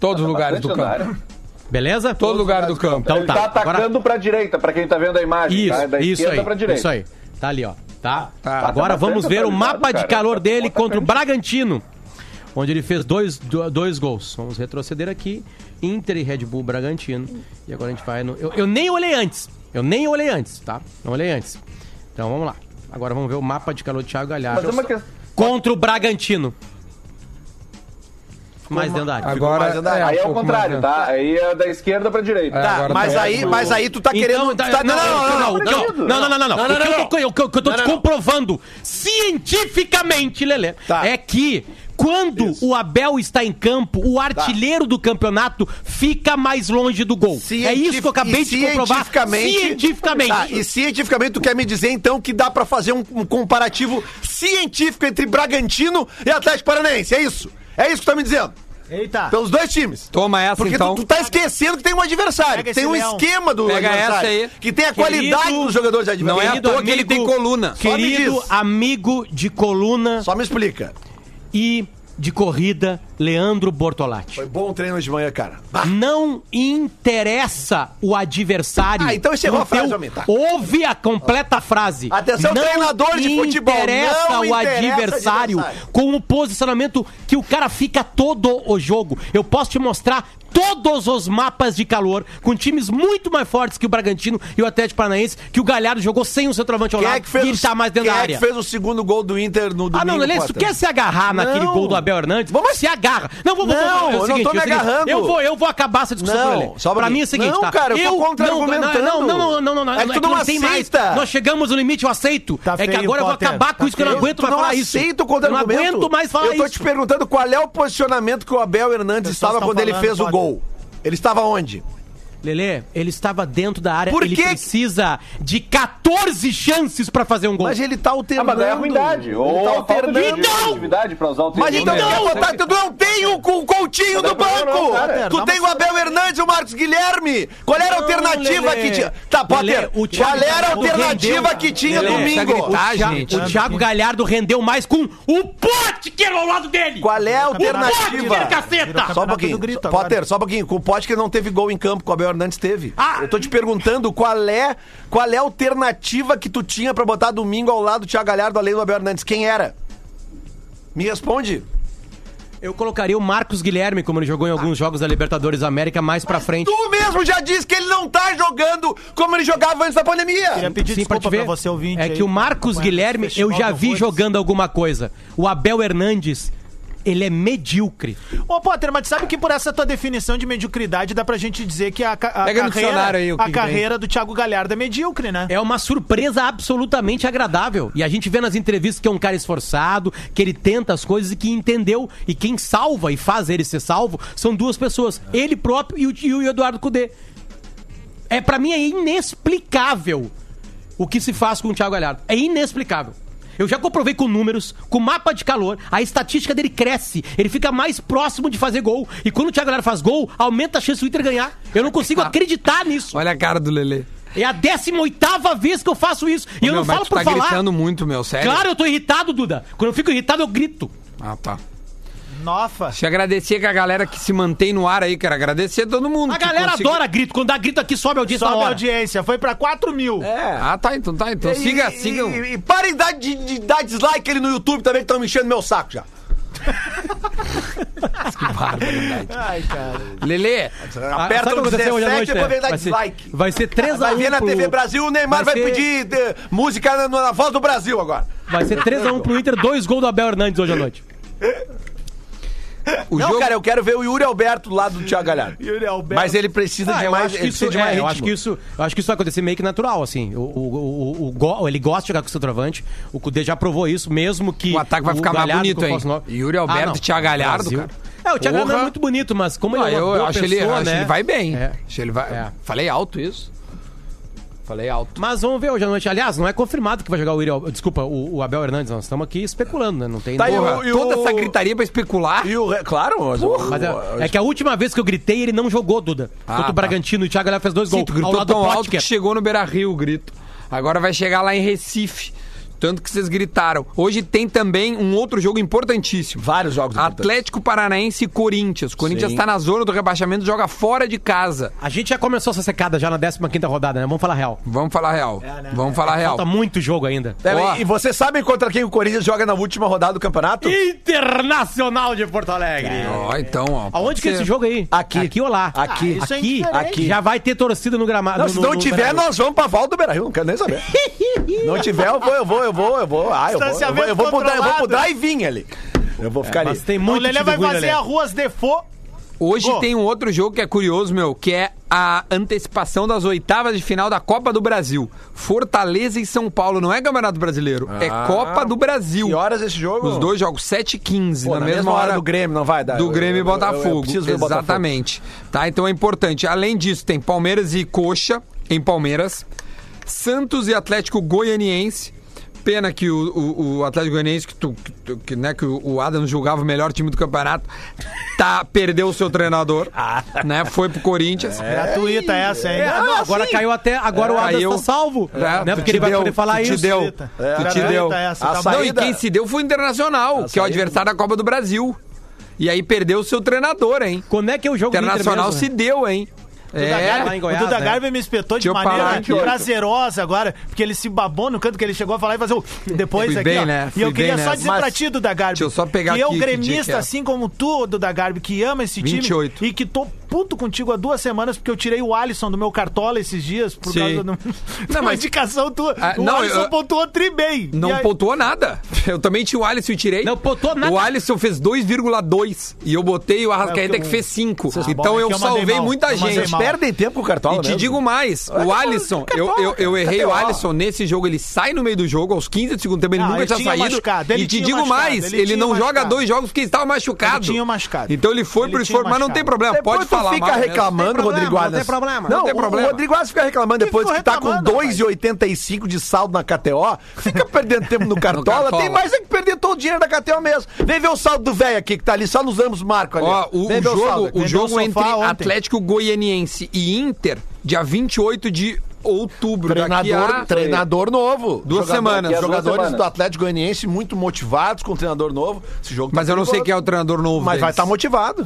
Speaker 2: Todos os lugares do
Speaker 6: Tá Bastante na
Speaker 2: campo.
Speaker 6: área.
Speaker 7: Beleza?
Speaker 2: Todo lugar do campo.
Speaker 7: Então
Speaker 6: Ele tá
Speaker 7: agora-
Speaker 6: atacando pra direita, pra quem tá vendo a imagem.
Speaker 7: Isso,
Speaker 6: tá? Da
Speaker 7: isso
Speaker 6: esquerda
Speaker 7: aí.
Speaker 6: pra direita.
Speaker 7: Isso aí. Tá ali, ó. Tá?
Speaker 6: tá
Speaker 7: Agora
Speaker 6: bastante
Speaker 7: vamos ver o
Speaker 6: atualizado,
Speaker 7: mapa de
Speaker 6: cara.
Speaker 7: calor dele
Speaker 6: Bota
Speaker 7: contra o
Speaker 6: frente.
Speaker 7: Bragantino, onde ele fez dois, do- dois gols. Vamos retroceder aqui. Inter e Red Bull Bragantino. E agora a gente vai no. Eu, eu nem olhei antes. Eu nem olhei antes, tá? Não olhei antes. Então vamos lá. Agora vamos ver o mapa de calor do Thiago Galhardo
Speaker 6: Mas é uma questão.
Speaker 7: contra o Bragantino. Mais dentro da área.
Speaker 2: Agora
Speaker 3: mais andar.
Speaker 6: Aí é
Speaker 2: um
Speaker 6: o
Speaker 2: pouco mais-
Speaker 6: contrário, tá? Aí é da esquerda pra direita. Ah,
Speaker 2: Tá, agora
Speaker 3: Mas
Speaker 2: tá
Speaker 3: aí, mas aí tu tá querendo. tu tá-
Speaker 7: Então, não, não, não, não,
Speaker 6: tá
Speaker 7: não,
Speaker 6: perdido.
Speaker 7: não, não, não, não, não.
Speaker 3: Não, não,
Speaker 7: O que eu tô- O que eu- que eu tô te comprovando cientificamente, Lelê,
Speaker 3: Tá.
Speaker 7: é que quando o Abel está em campo,
Speaker 3: Tá.
Speaker 7: o artilheiro do campeonato fica mais longe do gol. É isso que eu acabei
Speaker 3: e
Speaker 7: de comprovar
Speaker 3: cientificamente-
Speaker 7: cientificamente.
Speaker 3: Tá, e cientificamente, tu quer me dizer então que dá pra fazer um, um comparativo científico entre Bragantino e Atlético Paranaense? É isso? É isso que tu tá me dizendo?
Speaker 5: Eita.
Speaker 3: Pelos dois times.
Speaker 2: Toma essa,
Speaker 3: Porque
Speaker 2: então.
Speaker 3: tu, tu tá esquecendo que tem um adversário,
Speaker 5: Pega
Speaker 3: que tem
Speaker 5: esse
Speaker 3: um
Speaker 5: leão.
Speaker 3: esquema do
Speaker 2: Pega
Speaker 3: adversário.
Speaker 2: essa aí.
Speaker 3: Que tem a
Speaker 7: Querido-
Speaker 3: qualidade dos jogadores
Speaker 2: Não é à
Speaker 3: adversários.
Speaker 2: toa que ele tem coluna.
Speaker 3: Só me
Speaker 7: Querido
Speaker 3: diz.
Speaker 7: amigo de coluna
Speaker 3: Só me explica.
Speaker 7: e de corrida, Leandro Bortolatti.
Speaker 3: Foi bom o treino de manhã, cara.
Speaker 7: Não interessa o adversário.
Speaker 3: Ah, então encerrou
Speaker 7: O
Speaker 3: a frase,
Speaker 7: teu-
Speaker 3: homem, tá.
Speaker 7: Ouve a completa frase.
Speaker 3: Atenção,
Speaker 7: não
Speaker 3: treinador de futebol, não
Speaker 7: Interessa o
Speaker 3: interessa
Speaker 7: adversário,
Speaker 3: adversário.
Speaker 7: com o posicionamento que o cara fica todo o jogo. Eu posso te mostrar todos os mapas de calor com times muito mais fortes que o Bragantino e o Atlético Paranaense que o Galhardo jogou sem o centroavante ao
Speaker 3: Quem
Speaker 7: lado
Speaker 3: é que fez,
Speaker 7: e ele tá mais dentro
Speaker 3: quem
Speaker 7: da
Speaker 3: é
Speaker 7: área.
Speaker 3: que fez o segundo gol do Inter no domingo?
Speaker 7: Ah, não, Lelê, se tu
Speaker 3: Potter?
Speaker 7: quer se agarrar naquele
Speaker 3: Não.
Speaker 7: gol do Abel Hernandes, vamos se agarra. Não, vou, vou,
Speaker 3: Não,
Speaker 7: vou, é o
Speaker 3: eu não
Speaker 7: seguinte,
Speaker 3: tô me
Speaker 7: é o seguinte,
Speaker 3: agarrando.
Speaker 7: Eu vou, eu vou acabar essa discussão,
Speaker 3: Não,
Speaker 7: Lelê.
Speaker 3: só um
Speaker 7: pra mim é o seguinte,
Speaker 3: pouquinho.
Speaker 7: tá?
Speaker 3: Não, cara, eu tô contra-argumentando.
Speaker 7: Não, não, não, não, não, não, não,
Speaker 3: É que tu não
Speaker 7: não tem mais.
Speaker 3: aceita.
Speaker 7: Nós chegamos no limite, eu aceito.
Speaker 5: Tá
Speaker 7: é que
Speaker 5: feio,
Speaker 7: agora eu vou
Speaker 5: Potter.
Speaker 7: acabar com
Speaker 5: Tá
Speaker 7: isso, que eu não
Speaker 5: feio.
Speaker 7: aguento
Speaker 3: tu
Speaker 7: mais
Speaker 3: não
Speaker 7: falar isso.
Speaker 3: aceita o contra-argumento.
Speaker 7: Eu não aguento mais falar
Speaker 3: Eu tô
Speaker 7: isso.
Speaker 3: te perguntando qual é o posicionamento que o Abel Hernandes
Speaker 5: Pessoas
Speaker 3: estava
Speaker 5: estão
Speaker 3: quando ele
Speaker 5: falando,
Speaker 3: fez o
Speaker 5: Potter.
Speaker 3: gol. Ele estava onde?
Speaker 7: Lelê, ele estava dentro da área.
Speaker 3: Por
Speaker 7: ele
Speaker 3: quê?
Speaker 7: precisa de 14 chances pra fazer um gol.
Speaker 3: Mas ele tá
Speaker 6: Ah,
Speaker 3: alternando.
Speaker 6: mas daí é a ruindade.
Speaker 3: Ele
Speaker 6: Ou
Speaker 3: tá
Speaker 6: a falta de
Speaker 3: alternando.
Speaker 6: atividade pra usar o
Speaker 3: Mas
Speaker 6: termo,
Speaker 3: então
Speaker 6: né?
Speaker 3: tu quer botar. Tu não tem o, o Coutinho no
Speaker 6: Não, não, não,
Speaker 3: banco!
Speaker 6: cara.
Speaker 3: Tu tem o Abel Hernandes e o Marcos Guilherme! Qual era a
Speaker 7: Não,
Speaker 3: alternativa
Speaker 7: Lelê.
Speaker 3: que tinha? Tá,
Speaker 7: Lelê,
Speaker 3: Potter,
Speaker 7: o Thiago
Speaker 3: qual era a
Speaker 7: Galhardo
Speaker 3: alternativa
Speaker 7: rendeu.
Speaker 3: que tinha
Speaker 7: Lelê,
Speaker 2: tá
Speaker 3: domingo?
Speaker 2: gritando.
Speaker 7: O Thi-
Speaker 2: gente.
Speaker 7: o Thiago Galhardo rendeu mais com um. o pote que era ao lado dele.
Speaker 3: Qual é a
Speaker 7: O pote,
Speaker 3: alternativa?
Speaker 7: caceta!
Speaker 3: Só um
Speaker 5: Campeonato
Speaker 3: pouquinho.
Speaker 5: do grito agora.
Speaker 3: Potter, só um pouquinho. Com o Pote que não teve gol em campo, com o Abel Hernandes teve.
Speaker 7: Ah!
Speaker 3: Eu tô te perguntando qual é, qual é a alternativa que tu tinha pra botar domingo ao lado do Thiago Galhardo, além do Abel Hernandes. Quem era? Me responde.
Speaker 7: Eu colocaria o Marcos Guilherme, como ele jogou em alguns jogos da Libertadores América, mais pra frente.
Speaker 3: Tu mesmo já disse que ele não tá jogando como ele jogava antes da pandemia.
Speaker 5: Queria pedir
Speaker 7: Sim, pra
Speaker 5: desculpa pra,
Speaker 7: te ver.
Speaker 5: você ouvinte.
Speaker 7: é
Speaker 5: aí,
Speaker 7: que o Marcos
Speaker 5: acompanhando
Speaker 7: Guilherme,
Speaker 5: esse
Speaker 7: eu
Speaker 5: festival
Speaker 7: já
Speaker 5: de
Speaker 7: vi
Speaker 5: horrores.
Speaker 7: jogando alguma coisa. O Abel Hernandes, ele é medíocre.
Speaker 5: Ô, Potter, mas sabe que por essa tua definição de mediocridade dá pra gente dizer que a, ca- a
Speaker 2: Pega no
Speaker 5: carreira,
Speaker 2: dicionário aí o que
Speaker 5: a
Speaker 2: que
Speaker 5: carreira do Thiago Galhardo é medíocre, né?
Speaker 7: É uma surpresa absolutamente agradável. E a gente vê nas entrevistas que é um cara esforçado, que ele tenta as coisas e que entendeu. E quem salva e faz ele ser salvo são duas pessoas: ele próprio e o, e o Eduardo Cudê. É, pra mim é inexplicável o que se faz com o Thiago Galhardo. É inexplicável. Eu já comprovei com números, com mapa de calor, a estatística dele cresce, ele fica mais próximo de fazer gol. E quando o Thiago Galhardo faz gol, aumenta a chance do Inter ganhar. Eu não consigo acreditar nisso.
Speaker 2: Olha a cara do Lelê.
Speaker 7: É a 18 vez que eu faço isso. E eu
Speaker 2: Meu,
Speaker 7: não
Speaker 2: mas
Speaker 7: falo
Speaker 2: tu
Speaker 7: por
Speaker 2: tá
Speaker 7: falar.
Speaker 2: gritando muito, meu, sério.
Speaker 7: Claro, eu tô irritado, Duda. Quando eu fico irritado, eu grito.
Speaker 2: Ah, tá.
Speaker 5: Nofa.
Speaker 2: Deixa eu agradecer com a galera que se mantém no ar aí, cara. Agradecer a todo mundo.
Speaker 7: A
Speaker 2: que
Speaker 7: galera
Speaker 2: conseguiu-
Speaker 7: adora grito. Quando dá grito aqui, sobe a audiência na
Speaker 5: Sobe a
Speaker 7: hora.
Speaker 5: audiência, foi pra 4 mil.
Speaker 2: Ah, tá, então tá. Então siga,
Speaker 3: e,
Speaker 2: siga.
Speaker 3: E, e parem de dar, de, de dar dislike ali no YouTube também, que estão me enchendo meu saco já.
Speaker 5: Ai, cara.
Speaker 2: Lelê,
Speaker 7: Ah,
Speaker 3: Aperta
Speaker 7: sabe
Speaker 3: o
Speaker 7: que aconteceu hoje à
Speaker 3: 17 e depois vem
Speaker 7: noite, né?
Speaker 3: dar
Speaker 7: vai ser,
Speaker 3: dislike.
Speaker 7: Vai ser 3 a
Speaker 3: Vai
Speaker 7: 1
Speaker 3: vir na
Speaker 7: pro-
Speaker 3: TV Brasil, o Neymar vai,
Speaker 7: ser-
Speaker 3: pedir eh, música na, na voz do Brasil agora.
Speaker 7: Vai ser 3x1 pro Inter, dois gols do Abel Hernandes hoje à noite.
Speaker 2: o
Speaker 3: não,
Speaker 2: jogo.
Speaker 3: cara, eu quero ver o Yuri Alberto lá do Thiago Galhardo.
Speaker 5: Yuri Alberto.
Speaker 3: Mas ele precisa
Speaker 7: Ah,
Speaker 3: de
Speaker 7: eu
Speaker 3: mais,
Speaker 7: acho que
Speaker 3: ele
Speaker 7: isso,
Speaker 3: precisa de
Speaker 7: é,
Speaker 3: mais
Speaker 7: eu
Speaker 3: ritmo.
Speaker 7: acho que isso, eu acho que isso vai acontecer meio que natural, assim. O, o, o, o go- ele gosta de jogar com o centroavante. O Cudê já provou isso, mesmo que
Speaker 2: O ataque vai ficar mais
Speaker 7: Galhardo,
Speaker 2: bonito,
Speaker 7: que eu
Speaker 2: hein?
Speaker 7: posso não-
Speaker 2: Yuri Alberto,
Speaker 7: Ah, não.
Speaker 2: Thiago Galhardo,
Speaker 7: Brasil.
Speaker 2: cara.
Speaker 7: É, o Thiago Galhardo é
Speaker 2: Porra.
Speaker 7: muito bonito, mas como
Speaker 2: Ah,
Speaker 7: ele é uma
Speaker 2: eu
Speaker 7: boa
Speaker 2: acho,
Speaker 7: pessoa,
Speaker 2: ele, eu acho
Speaker 7: né?
Speaker 2: ele vai bem.
Speaker 7: É.
Speaker 2: Acho ele vai...
Speaker 7: É.
Speaker 2: Falei alto isso. Falei alto.
Speaker 7: Mas vamos ver hoje à noite. Aliás, não é confirmado que vai jogar o Yuri Al- Desculpa, o, o Abel Hernandes. Nós estamos aqui especulando, né? Não tem...
Speaker 3: Tá, e
Speaker 7: Porra.
Speaker 2: Porra,
Speaker 3: o- e
Speaker 2: toda
Speaker 3: o-
Speaker 2: essa gritaria pra especular.
Speaker 3: E o re- claro, mas, o-
Speaker 7: Mas
Speaker 3: o-
Speaker 7: é, é que a última vez que eu gritei, ele não jogou, Duda. Contra
Speaker 2: tá.
Speaker 7: o Bragantino, o Thiago Galhardo fez dois
Speaker 2: Sim,
Speaker 7: gols.
Speaker 2: tu
Speaker 7: ao
Speaker 2: gritou
Speaker 7: lado do é.
Speaker 2: tão alto que
Speaker 7: Potker.
Speaker 2: chegou no Beira Rio o grito. Agora vai chegar lá em Recife. Tanto que vocês gritaram. Hoje tem também um outro jogo importantíssimo.
Speaker 3: vários jogos
Speaker 2: Atlético Paranaense e Corinthians. Corinthians
Speaker 3: Sim.
Speaker 2: está na zona do rebaixamento, joga fora de casa.
Speaker 7: A gente já começou essa secada já na 15ª rodada, né? Vamos falar real.
Speaker 2: Vamos falar real. Vamos falar real.
Speaker 7: Falta muito jogo ainda.
Speaker 3: Pera aí,
Speaker 2: Ó.
Speaker 3: E vocês sabem contra quem o Corinthians joga na última rodada do campeonato?
Speaker 7: Internacional de Porto Alegre.
Speaker 2: Ó, então, ó.
Speaker 7: Aonde que é
Speaker 2: Você-
Speaker 7: esse jogo aí?
Speaker 3: Aqui.
Speaker 7: Aqui ou lá?
Speaker 3: Aqui.
Speaker 7: Ah, isso é
Speaker 5: Aqui.
Speaker 7: indiferente.
Speaker 3: Aqui.
Speaker 7: Já vai ter torcida no gramado.
Speaker 3: Não,
Speaker 7: no-
Speaker 3: se não
Speaker 7: no- no
Speaker 3: tiver,
Speaker 7: Beira-Rio.
Speaker 3: nós vamos pra Val do Beira-Rio, não quero nem saber. não tiver, eu vou, eu vou, eu vou, eu vou. Ah, eu vou, eu vou, eu vou, mudar, eu vou pro drive-in ali. Eu vou ficar ali.
Speaker 7: É, Mas tem
Speaker 5: O
Speaker 7: muito
Speaker 5: Lelê
Speaker 7: time
Speaker 5: vai
Speaker 7: ruim,
Speaker 5: fazer
Speaker 7: Lelê.
Speaker 5: a Ruas Default.
Speaker 2: Hoje
Speaker 5: Ó.
Speaker 2: tem um outro jogo que é curioso, meu, que é a antecipação das oitavas de final da Copa do Brasil. Fortaleza e São Paulo. Não é Campeonato Brasileiro, é Copa do Brasil.
Speaker 3: Que horas é esse jogo?
Speaker 2: Os dois jogos, 7 e 15,
Speaker 3: Pô,
Speaker 2: na, mesma, hora
Speaker 3: do Grêmio, não vai dar.
Speaker 2: do
Speaker 3: É, Eu-
Speaker 2: Grêmio e
Speaker 3: eu- eu- eu
Speaker 2: Botafogo.
Speaker 3: preciso ver o Botafogo.
Speaker 2: Exatamente. Tá, então é importante. Além disso, tem Palmeiras e Coxa em Palmeiras, Santos e Atlético Goianiense. Pena que o, o- o Atlético Goianiense, que, tu, que tu- que, né, que o- o Adams julgava o melhor time do campeonato, tá, perdeu o seu treinador,
Speaker 7: Ah.
Speaker 2: né? Foi pro Corinthians.
Speaker 5: Gratuita essa, hein?
Speaker 7: É, não, agora caiu até. Agora o Adams
Speaker 2: Caiu.
Speaker 7: tá salvo.
Speaker 2: É,
Speaker 7: né?
Speaker 2: tu
Speaker 7: Porque
Speaker 2: te
Speaker 7: ele vai
Speaker 2: deu,
Speaker 7: poder falar
Speaker 2: tu te
Speaker 7: isso.
Speaker 2: deu.
Speaker 5: É,
Speaker 2: Ah, Tu te
Speaker 5: gratuita
Speaker 2: deu.
Speaker 7: assim.
Speaker 5: essa,
Speaker 3: A
Speaker 5: tá bom.
Speaker 3: saída- Ah,
Speaker 2: Não, e quem se deu foi o Internacional, que é o
Speaker 3: saída-
Speaker 2: adversário da Copa do Brasil. E aí perdeu o seu treinador, hein?
Speaker 7: Quando é que é o jogo do Inter
Speaker 2: Internacional
Speaker 7: mesmo,
Speaker 2: se
Speaker 7: né?
Speaker 2: deu, hein?
Speaker 5: Duda
Speaker 2: É,
Speaker 5: Garbi-
Speaker 7: lá em Goiás,
Speaker 5: o Duda
Speaker 7: né?
Speaker 5: Garbi me espetou de
Speaker 2: Deixa eu parar
Speaker 5: maneira
Speaker 2: aqui,
Speaker 6: ó.
Speaker 5: prazerosa agora, porque ele se babou no canto que ele chegou a falar e fazer o depois
Speaker 2: Fui
Speaker 5: aqui,
Speaker 2: bem,
Speaker 5: ó.
Speaker 2: né?
Speaker 5: E eu
Speaker 2: Fui
Speaker 5: queria
Speaker 2: bem
Speaker 5: só
Speaker 2: nessa.
Speaker 5: dizer pra
Speaker 2: Mas
Speaker 5: ti, Duda Garbi,
Speaker 2: deixa eu só pegar
Speaker 5: que eu
Speaker 2: aqui que dia
Speaker 5: gremista,
Speaker 2: que é.
Speaker 5: assim como tu, Duda Garbi, que ama esse time
Speaker 2: 28.
Speaker 5: e que tô puto contigo há duas semanas porque eu tirei o Alisson do meu cartola esses dias por
Speaker 2: Sim.
Speaker 5: causa do, não,
Speaker 2: mas-
Speaker 5: indicação tua.
Speaker 2: Ah,
Speaker 5: o
Speaker 2: não,
Speaker 5: Alisson
Speaker 2: eu-
Speaker 5: pontuou tri bem.
Speaker 2: Não
Speaker 5: E aí-
Speaker 2: pontuou nada. Eu também tinha o Alisson e tirei.
Speaker 7: Não pontuou nada.
Speaker 2: O Alisson fez 2,2 e eu botei o Arrascaeta
Speaker 7: É
Speaker 5: porque
Speaker 2: que
Speaker 5: eu-
Speaker 2: fez 5.
Speaker 5: Ah,
Speaker 2: então
Speaker 5: bom, é
Speaker 2: eu
Speaker 5: que eu mandei
Speaker 2: salvei
Speaker 5: mal.
Speaker 2: muita
Speaker 5: Eu mandei
Speaker 2: gente.
Speaker 3: Vocês perdem tempo com o
Speaker 5: Tá
Speaker 3: Cartola,
Speaker 2: E te
Speaker 3: mesmo.
Speaker 2: digo mais, o Alisson, eu, eu, eu errei o Alisson nesse jogo, ele sai no meio do jogo, aos 15 do segundo tempo, ele
Speaker 5: Ah,
Speaker 2: nunca
Speaker 5: ele
Speaker 2: tinha
Speaker 5: tinha
Speaker 2: saído.
Speaker 5: machucado, ele
Speaker 2: e te
Speaker 5: tinha
Speaker 2: digo
Speaker 5: machucado,
Speaker 2: mais,
Speaker 5: ele
Speaker 2: ele,
Speaker 5: tinha
Speaker 2: não joga
Speaker 5: machucado.
Speaker 2: dois jogos porque ele estava machucado.
Speaker 5: Ele tinha machucado.
Speaker 2: Então ele foi
Speaker 5: Ele
Speaker 2: pro
Speaker 5: tinha
Speaker 2: esforço, mas não tem
Speaker 5: machucado.
Speaker 2: problema,
Speaker 3: Depois
Speaker 2: pode
Speaker 3: tu
Speaker 2: falar
Speaker 3: fica
Speaker 2: mal mesmo.
Speaker 3: reclamando,
Speaker 7: Não tem problema,
Speaker 3: Rodrigo
Speaker 7: não
Speaker 3: Adams.
Speaker 7: tem problema.
Speaker 3: Não,
Speaker 2: Não tem
Speaker 3: o-
Speaker 2: problema.
Speaker 3: O Rodrigo Adams fica reclamando depois que
Speaker 5: ficou
Speaker 3: tá com
Speaker 5: reclamando,
Speaker 3: 2,85 de saldo na KTO. Fica perdendo tempo no cartola,
Speaker 2: Cartola.
Speaker 3: Tem mais é que perder todo o dinheiro da KTO mesmo. Vem ver o saldo do velho aqui que tá ali, só nos ambos marcos ali.
Speaker 2: Ó, o,
Speaker 3: Vem
Speaker 2: o
Speaker 3: ver saldo
Speaker 2: jogo,
Speaker 3: aqui.
Speaker 2: o jogo
Speaker 5: sofá
Speaker 2: entre
Speaker 5: ontem.
Speaker 2: Atlético Goianiense e Inter, dia 28 de outubro. daqui
Speaker 3: Treinador,
Speaker 2: a...
Speaker 3: treinador novo.
Speaker 2: Duas
Speaker 3: Jogador-
Speaker 2: semanas.
Speaker 5: é
Speaker 3: Jogadores
Speaker 6: Duas semanas.
Speaker 3: do Atlético Goianiense muito motivados com o treinador novo. Esse jogo tá
Speaker 2: Mas eu não sei
Speaker 3: perigoso.
Speaker 2: quem é o treinador novo.
Speaker 3: Mas vai
Speaker 2: deles.
Speaker 3: estar
Speaker 5: tá
Speaker 3: motivado.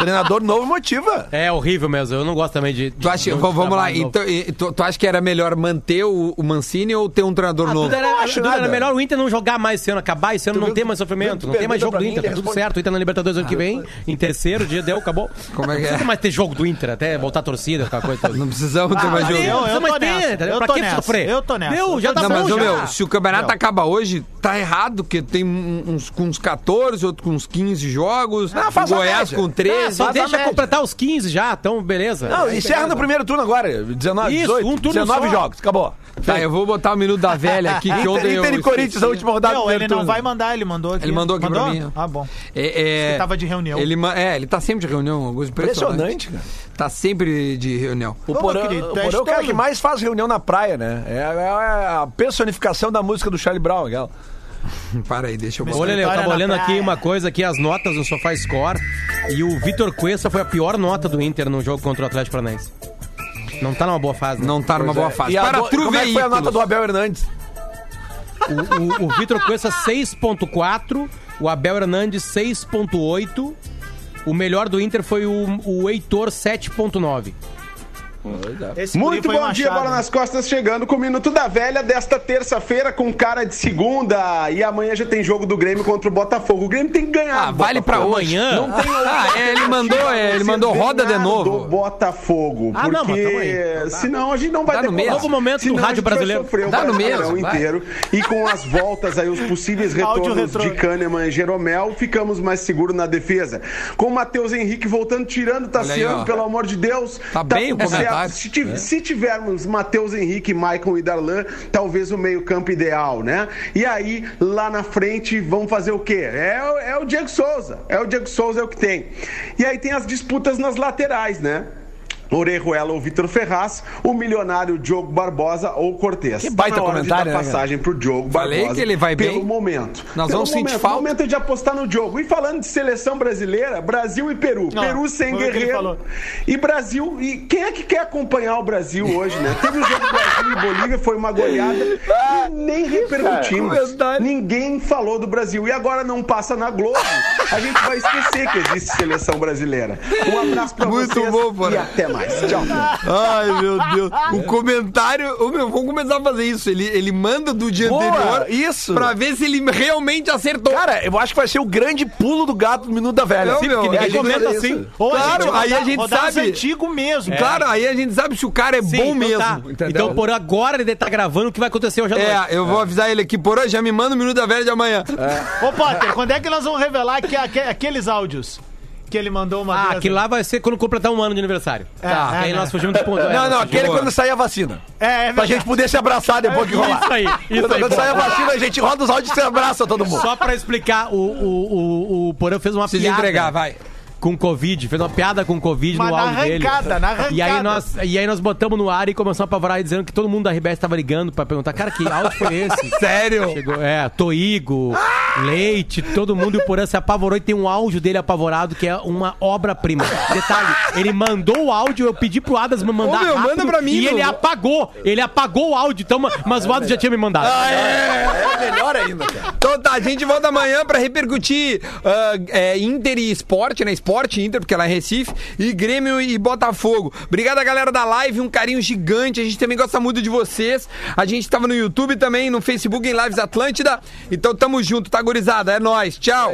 Speaker 3: treinador novo motiva.
Speaker 7: É horrível mesmo. Eu não gosto também de. de-
Speaker 2: Tu acha,
Speaker 7: de- de
Speaker 2: vamos lá,
Speaker 7: trabalho novo.
Speaker 2: então, e- tu, tu acha que era melhor manter o, o Mancini ou ter um treinador
Speaker 7: Ah,
Speaker 2: novo?
Speaker 7: tudo era,
Speaker 3: Não acho
Speaker 7: tudo
Speaker 3: nada.
Speaker 7: era melhor o Inter não jogar mais esse ano, acabar esse ano, não
Speaker 3: viu
Speaker 7: ter
Speaker 3: que-
Speaker 7: mais
Speaker 3: tu
Speaker 7: sofrimento, não tem
Speaker 3: pergunta
Speaker 7: mais jogo
Speaker 3: pra
Speaker 7: do
Speaker 3: mim,
Speaker 7: Inter,
Speaker 3: ele
Speaker 7: tá tudo
Speaker 3: responde.
Speaker 7: certo. O Inter na Libertadores ano que vem, em terceiro dia, deu, acabou.
Speaker 2: Como é que é?
Speaker 7: Não precisa mais ter jogo do Inter, até voltar a torcida, aquela coisa toda.
Speaker 2: Não precisamos ter mais
Speaker 5: Ah, mas
Speaker 2: jogo.
Speaker 5: eu-
Speaker 7: Não precisa mais
Speaker 5: tô
Speaker 7: ter,
Speaker 5: nessa,
Speaker 7: entendeu?
Speaker 5: eu
Speaker 7: Pra
Speaker 5: tô
Speaker 7: que
Speaker 5: nessa,
Speaker 7: sofrer?
Speaker 5: eu tô nessa.
Speaker 7: Deu, já
Speaker 5: Não,
Speaker 7: tá
Speaker 2: Não,
Speaker 7: bom
Speaker 2: mas, ô,
Speaker 7: já.
Speaker 2: meu, se o campeonato acaba hoje, tá errado, porque tem um- uns com uns 14, outro com uns 15 jogos, o
Speaker 3: faz a
Speaker 2: Goiás
Speaker 3: média.
Speaker 2: com
Speaker 7: É,
Speaker 2: 13.
Speaker 7: só
Speaker 3: Faz a
Speaker 7: deixa
Speaker 3: média.
Speaker 7: completar os 15 já, então beleza.
Speaker 3: Não, encerra no primeiro turno agora. 19,
Speaker 7: Isso,
Speaker 3: 18,
Speaker 7: um turno
Speaker 3: 19
Speaker 7: só.
Speaker 3: jogos, acabou.
Speaker 2: tá, eu vou botar o minuto da velha aqui, que ontem
Speaker 3: Inter,
Speaker 2: eu...
Speaker 3: Inter e Corinthians, a última rodada
Speaker 5: Não,
Speaker 3: do
Speaker 5: ele
Speaker 3: primeiro
Speaker 5: não
Speaker 3: turno.
Speaker 5: vai mandar, ele mandou aqui.
Speaker 2: Ele mandou aqui pra mim.
Speaker 5: Ah, bom.
Speaker 2: É, é,
Speaker 5: Ele tava de reunião.
Speaker 2: Ele, ma- é, ele tá sempre de reunião, Augusto. Impressionante.
Speaker 3: Impressionante, cara.
Speaker 2: Tá sempre de reunião.
Speaker 3: O
Speaker 5: Ô,
Speaker 3: Porã,
Speaker 5: meu querido,
Speaker 3: o
Speaker 5: tu és
Speaker 3: Porã é o cara
Speaker 5: todo.
Speaker 3: que mais faz reunião na praia, né? É, é a personificação da música do Charlie Brown, aquela.
Speaker 2: Hum, Para aí, deixa eu
Speaker 7: Ô,
Speaker 2: botar.
Speaker 7: Lele, eu
Speaker 5: Vitória
Speaker 7: tava
Speaker 5: na
Speaker 7: olhando
Speaker 5: praia.
Speaker 7: aqui uma coisa aqui, as notas no Sofá Score. E o Vitor Cuesta foi a pior nota do Inter no jogo contra o Atlético Paranaense. Não tá numa boa fase. né?
Speaker 2: Não tá numa boa fase.
Speaker 3: E a
Speaker 2: Para
Speaker 3: do-
Speaker 2: True
Speaker 3: como é que foi a nota
Speaker 2: Veículos.
Speaker 3: do Abel Hernandes?
Speaker 7: O, o Vitor Cuesta 6.4, o Abel Hernandes 6.8, o melhor do Inter foi o, o Heitor 7.9.
Speaker 5: Esse guri
Speaker 12: Muito
Speaker 5: foi
Speaker 12: bom dia,
Speaker 5: machado.
Speaker 12: Bola nas Costas, chegando com o Minuto da Velha desta terça-feira com cara de segunda. E amanhã já tem jogo do Grêmio contra o Botafogo. O Grêmio tem que ganhar.
Speaker 2: Ah, vale pra
Speaker 12: Botafogo.
Speaker 2: hoje.
Speaker 7: Amanhã?
Speaker 2: Não tem ah, é, ele mandou, é, ele
Speaker 12: Vocês
Speaker 2: mandou roda de
Speaker 12: ganharam Do
Speaker 2: novo.
Speaker 12: Botafogo.
Speaker 7: Ah, não, mas tamo aí.
Speaker 12: porque
Speaker 7: Então dá.
Speaker 12: É, senão a gente não vai
Speaker 2: Dá Tá no
Speaker 12: decolar.
Speaker 2: mesmo. Novo
Speaker 7: momento do
Speaker 12: Senão a
Speaker 7: rádio
Speaker 12: gente vai
Speaker 7: brasileiro.
Speaker 12: sofrer o
Speaker 2: Dá no
Speaker 12: Brasileirão
Speaker 2: mesmo, vai.
Speaker 12: inteiro. E com as voltas aí, os possíveis
Speaker 5: Áudio
Speaker 12: retornos
Speaker 5: retrô.
Speaker 12: de Kahneman e Jeromel, ficamos mais seguros na defesa. Com o Matheus Henrique voltando, tirando
Speaker 2: Olha aí, ó.
Speaker 12: Tassiano, pelo amor de Deus.
Speaker 2: Tá bem o
Speaker 12: tudo certo.
Speaker 2: comentário.
Speaker 12: É, Se, ti- se tivermos Matheus Henrique, Maicon e Darlan, talvez o meio-campo ideal, né? E aí, lá na frente, vão fazer o quê? É, o- é o Diego Souza. É o Diego Souza, é o que tem. E aí tem as disputas nas laterais, né? Orejuela ou Vitor Ferraz, o milionário Diogo Barbosa ou Cortez.
Speaker 3: Que baita
Speaker 12: Tá na hora de dar
Speaker 3: comentário, né, cara?
Speaker 12: passagem pro Diogo
Speaker 2: Falei
Speaker 12: Barbosa
Speaker 2: que ele vai
Speaker 12: pelo
Speaker 2: bem.
Speaker 12: momento.
Speaker 2: Nós
Speaker 12: Pelo
Speaker 2: vamos sentir
Speaker 12: momento,
Speaker 2: falta.
Speaker 12: momento de apostar no Diogo. E falando de seleção brasileira, Brasil e Peru.
Speaker 5: Não,
Speaker 12: Peru sem
Speaker 5: foi o que ele
Speaker 12: guerreiro.
Speaker 5: falou.
Speaker 12: E Brasil, e quem é que quer acompanhar o Brasil hoje, né? Teve o jogo Brasil e Bolívia, foi uma goleada e nem repercutimos. Ninguém falou do Brasil. E agora não passa na Globo. A gente vai esquecer que existe seleção brasileira. Um abraço pra
Speaker 2: Muito
Speaker 12: vocês
Speaker 2: bom, Porã.
Speaker 12: e até mais. Tchau.
Speaker 2: Ai, meu Deus. O comentário. Ô, meu, vamos começar a fazer isso. Ele, ele manda do dia
Speaker 3: Boa,
Speaker 2: anterior.
Speaker 3: isso.
Speaker 2: Pra ver se ele realmente acertou.
Speaker 3: Cara, eu acho que vai ser o grande pulo do gato do Minuto da Velha.
Speaker 2: Não,
Speaker 3: Sim,
Speaker 2: meu,
Speaker 3: porque ninguém
Speaker 2: a gente
Speaker 3: comenta
Speaker 2: faz
Speaker 3: assim.
Speaker 2: isso.
Speaker 5: Ou
Speaker 2: Claro,
Speaker 5: gente
Speaker 2: aí
Speaker 5: É.
Speaker 2: a
Speaker 5: rodar-
Speaker 2: gente
Speaker 5: rodar os
Speaker 2: sabe.
Speaker 5: antigo mesmo.
Speaker 3: É.
Speaker 2: Claro, aí a gente sabe se o cara é bom
Speaker 7: então
Speaker 2: mesmo.
Speaker 7: tá.
Speaker 2: entendeu?
Speaker 7: Então por agora ele tá gravando o que vai acontecer hoje à noite.
Speaker 2: É, eu vou avisar ele aqui por hoje, já me manda o minuto da velha de amanhã.
Speaker 5: Ô, Potter, quando é que nós vamos revelar que, aque- aqueles áudios que ele mandou uma
Speaker 7: Ah,
Speaker 5: vez?
Speaker 7: aquilo lá vai ser quando completar um ano de aniversário.
Speaker 2: É,
Speaker 5: Tá.
Speaker 7: Aí
Speaker 2: né?
Speaker 7: nós fugimos de ponto. É,
Speaker 3: Ah, Não, não,
Speaker 7: nós
Speaker 3: aquele
Speaker 7: fugimos.
Speaker 3: quando sair a vacina.
Speaker 5: É, é
Speaker 3: Pra
Speaker 5: verdade.
Speaker 3: gente poder se abraçar depois que rolar.
Speaker 7: É Isso aí, isso aí.
Speaker 3: Quando
Speaker 7: pô.
Speaker 3: sair a vacina, a gente roda os áudios e se abraça todo mundo.
Speaker 7: Só pra explicar, o, o, o, o Porã fez uma
Speaker 2: Preciso
Speaker 7: piada.
Speaker 2: entregar, vai.
Speaker 7: com Covid, fez uma piada com Covid
Speaker 5: Mas
Speaker 7: no
Speaker 5: na
Speaker 7: áudio dele.
Speaker 5: arrancada, na arrancada.
Speaker 7: E aí, nós, e aí nós botamos no ar e começamos a apavorar ele dizendo que todo mundo da RBS tava ligando pra perguntar, cara, que áudio foi esse?
Speaker 2: Sério?
Speaker 7: Chegou, é, Toigo, Leite, todo mundo, e o Porã se apavorou e tem um áudio dele apavorado que é uma obra-prima. Detalhe, ele mandou o áudio, eu pedi pro Adas me mandar
Speaker 2: Ô, meu,
Speaker 7: rápido,
Speaker 2: manda pra mim,
Speaker 7: e
Speaker 2: meu.
Speaker 7: ele apagou, ele apagou o áudio, então, ma- mas o Adas já tinha me mandado.
Speaker 3: É melhor ainda, cara.
Speaker 2: Então tá, a gente volta amanhã pra repercutir ah, é, Inter e Esporte, né? Esporte e Inter, porque é lá em Recife, e Grêmio e Botafogo. Obrigado a galera da live, um carinho gigante. A gente também gosta muito de vocês. A gente tava no YouTube também, no Facebook, em Lives Atlântida. Então tamo junto, tá, gurizada? É nóis, tchau.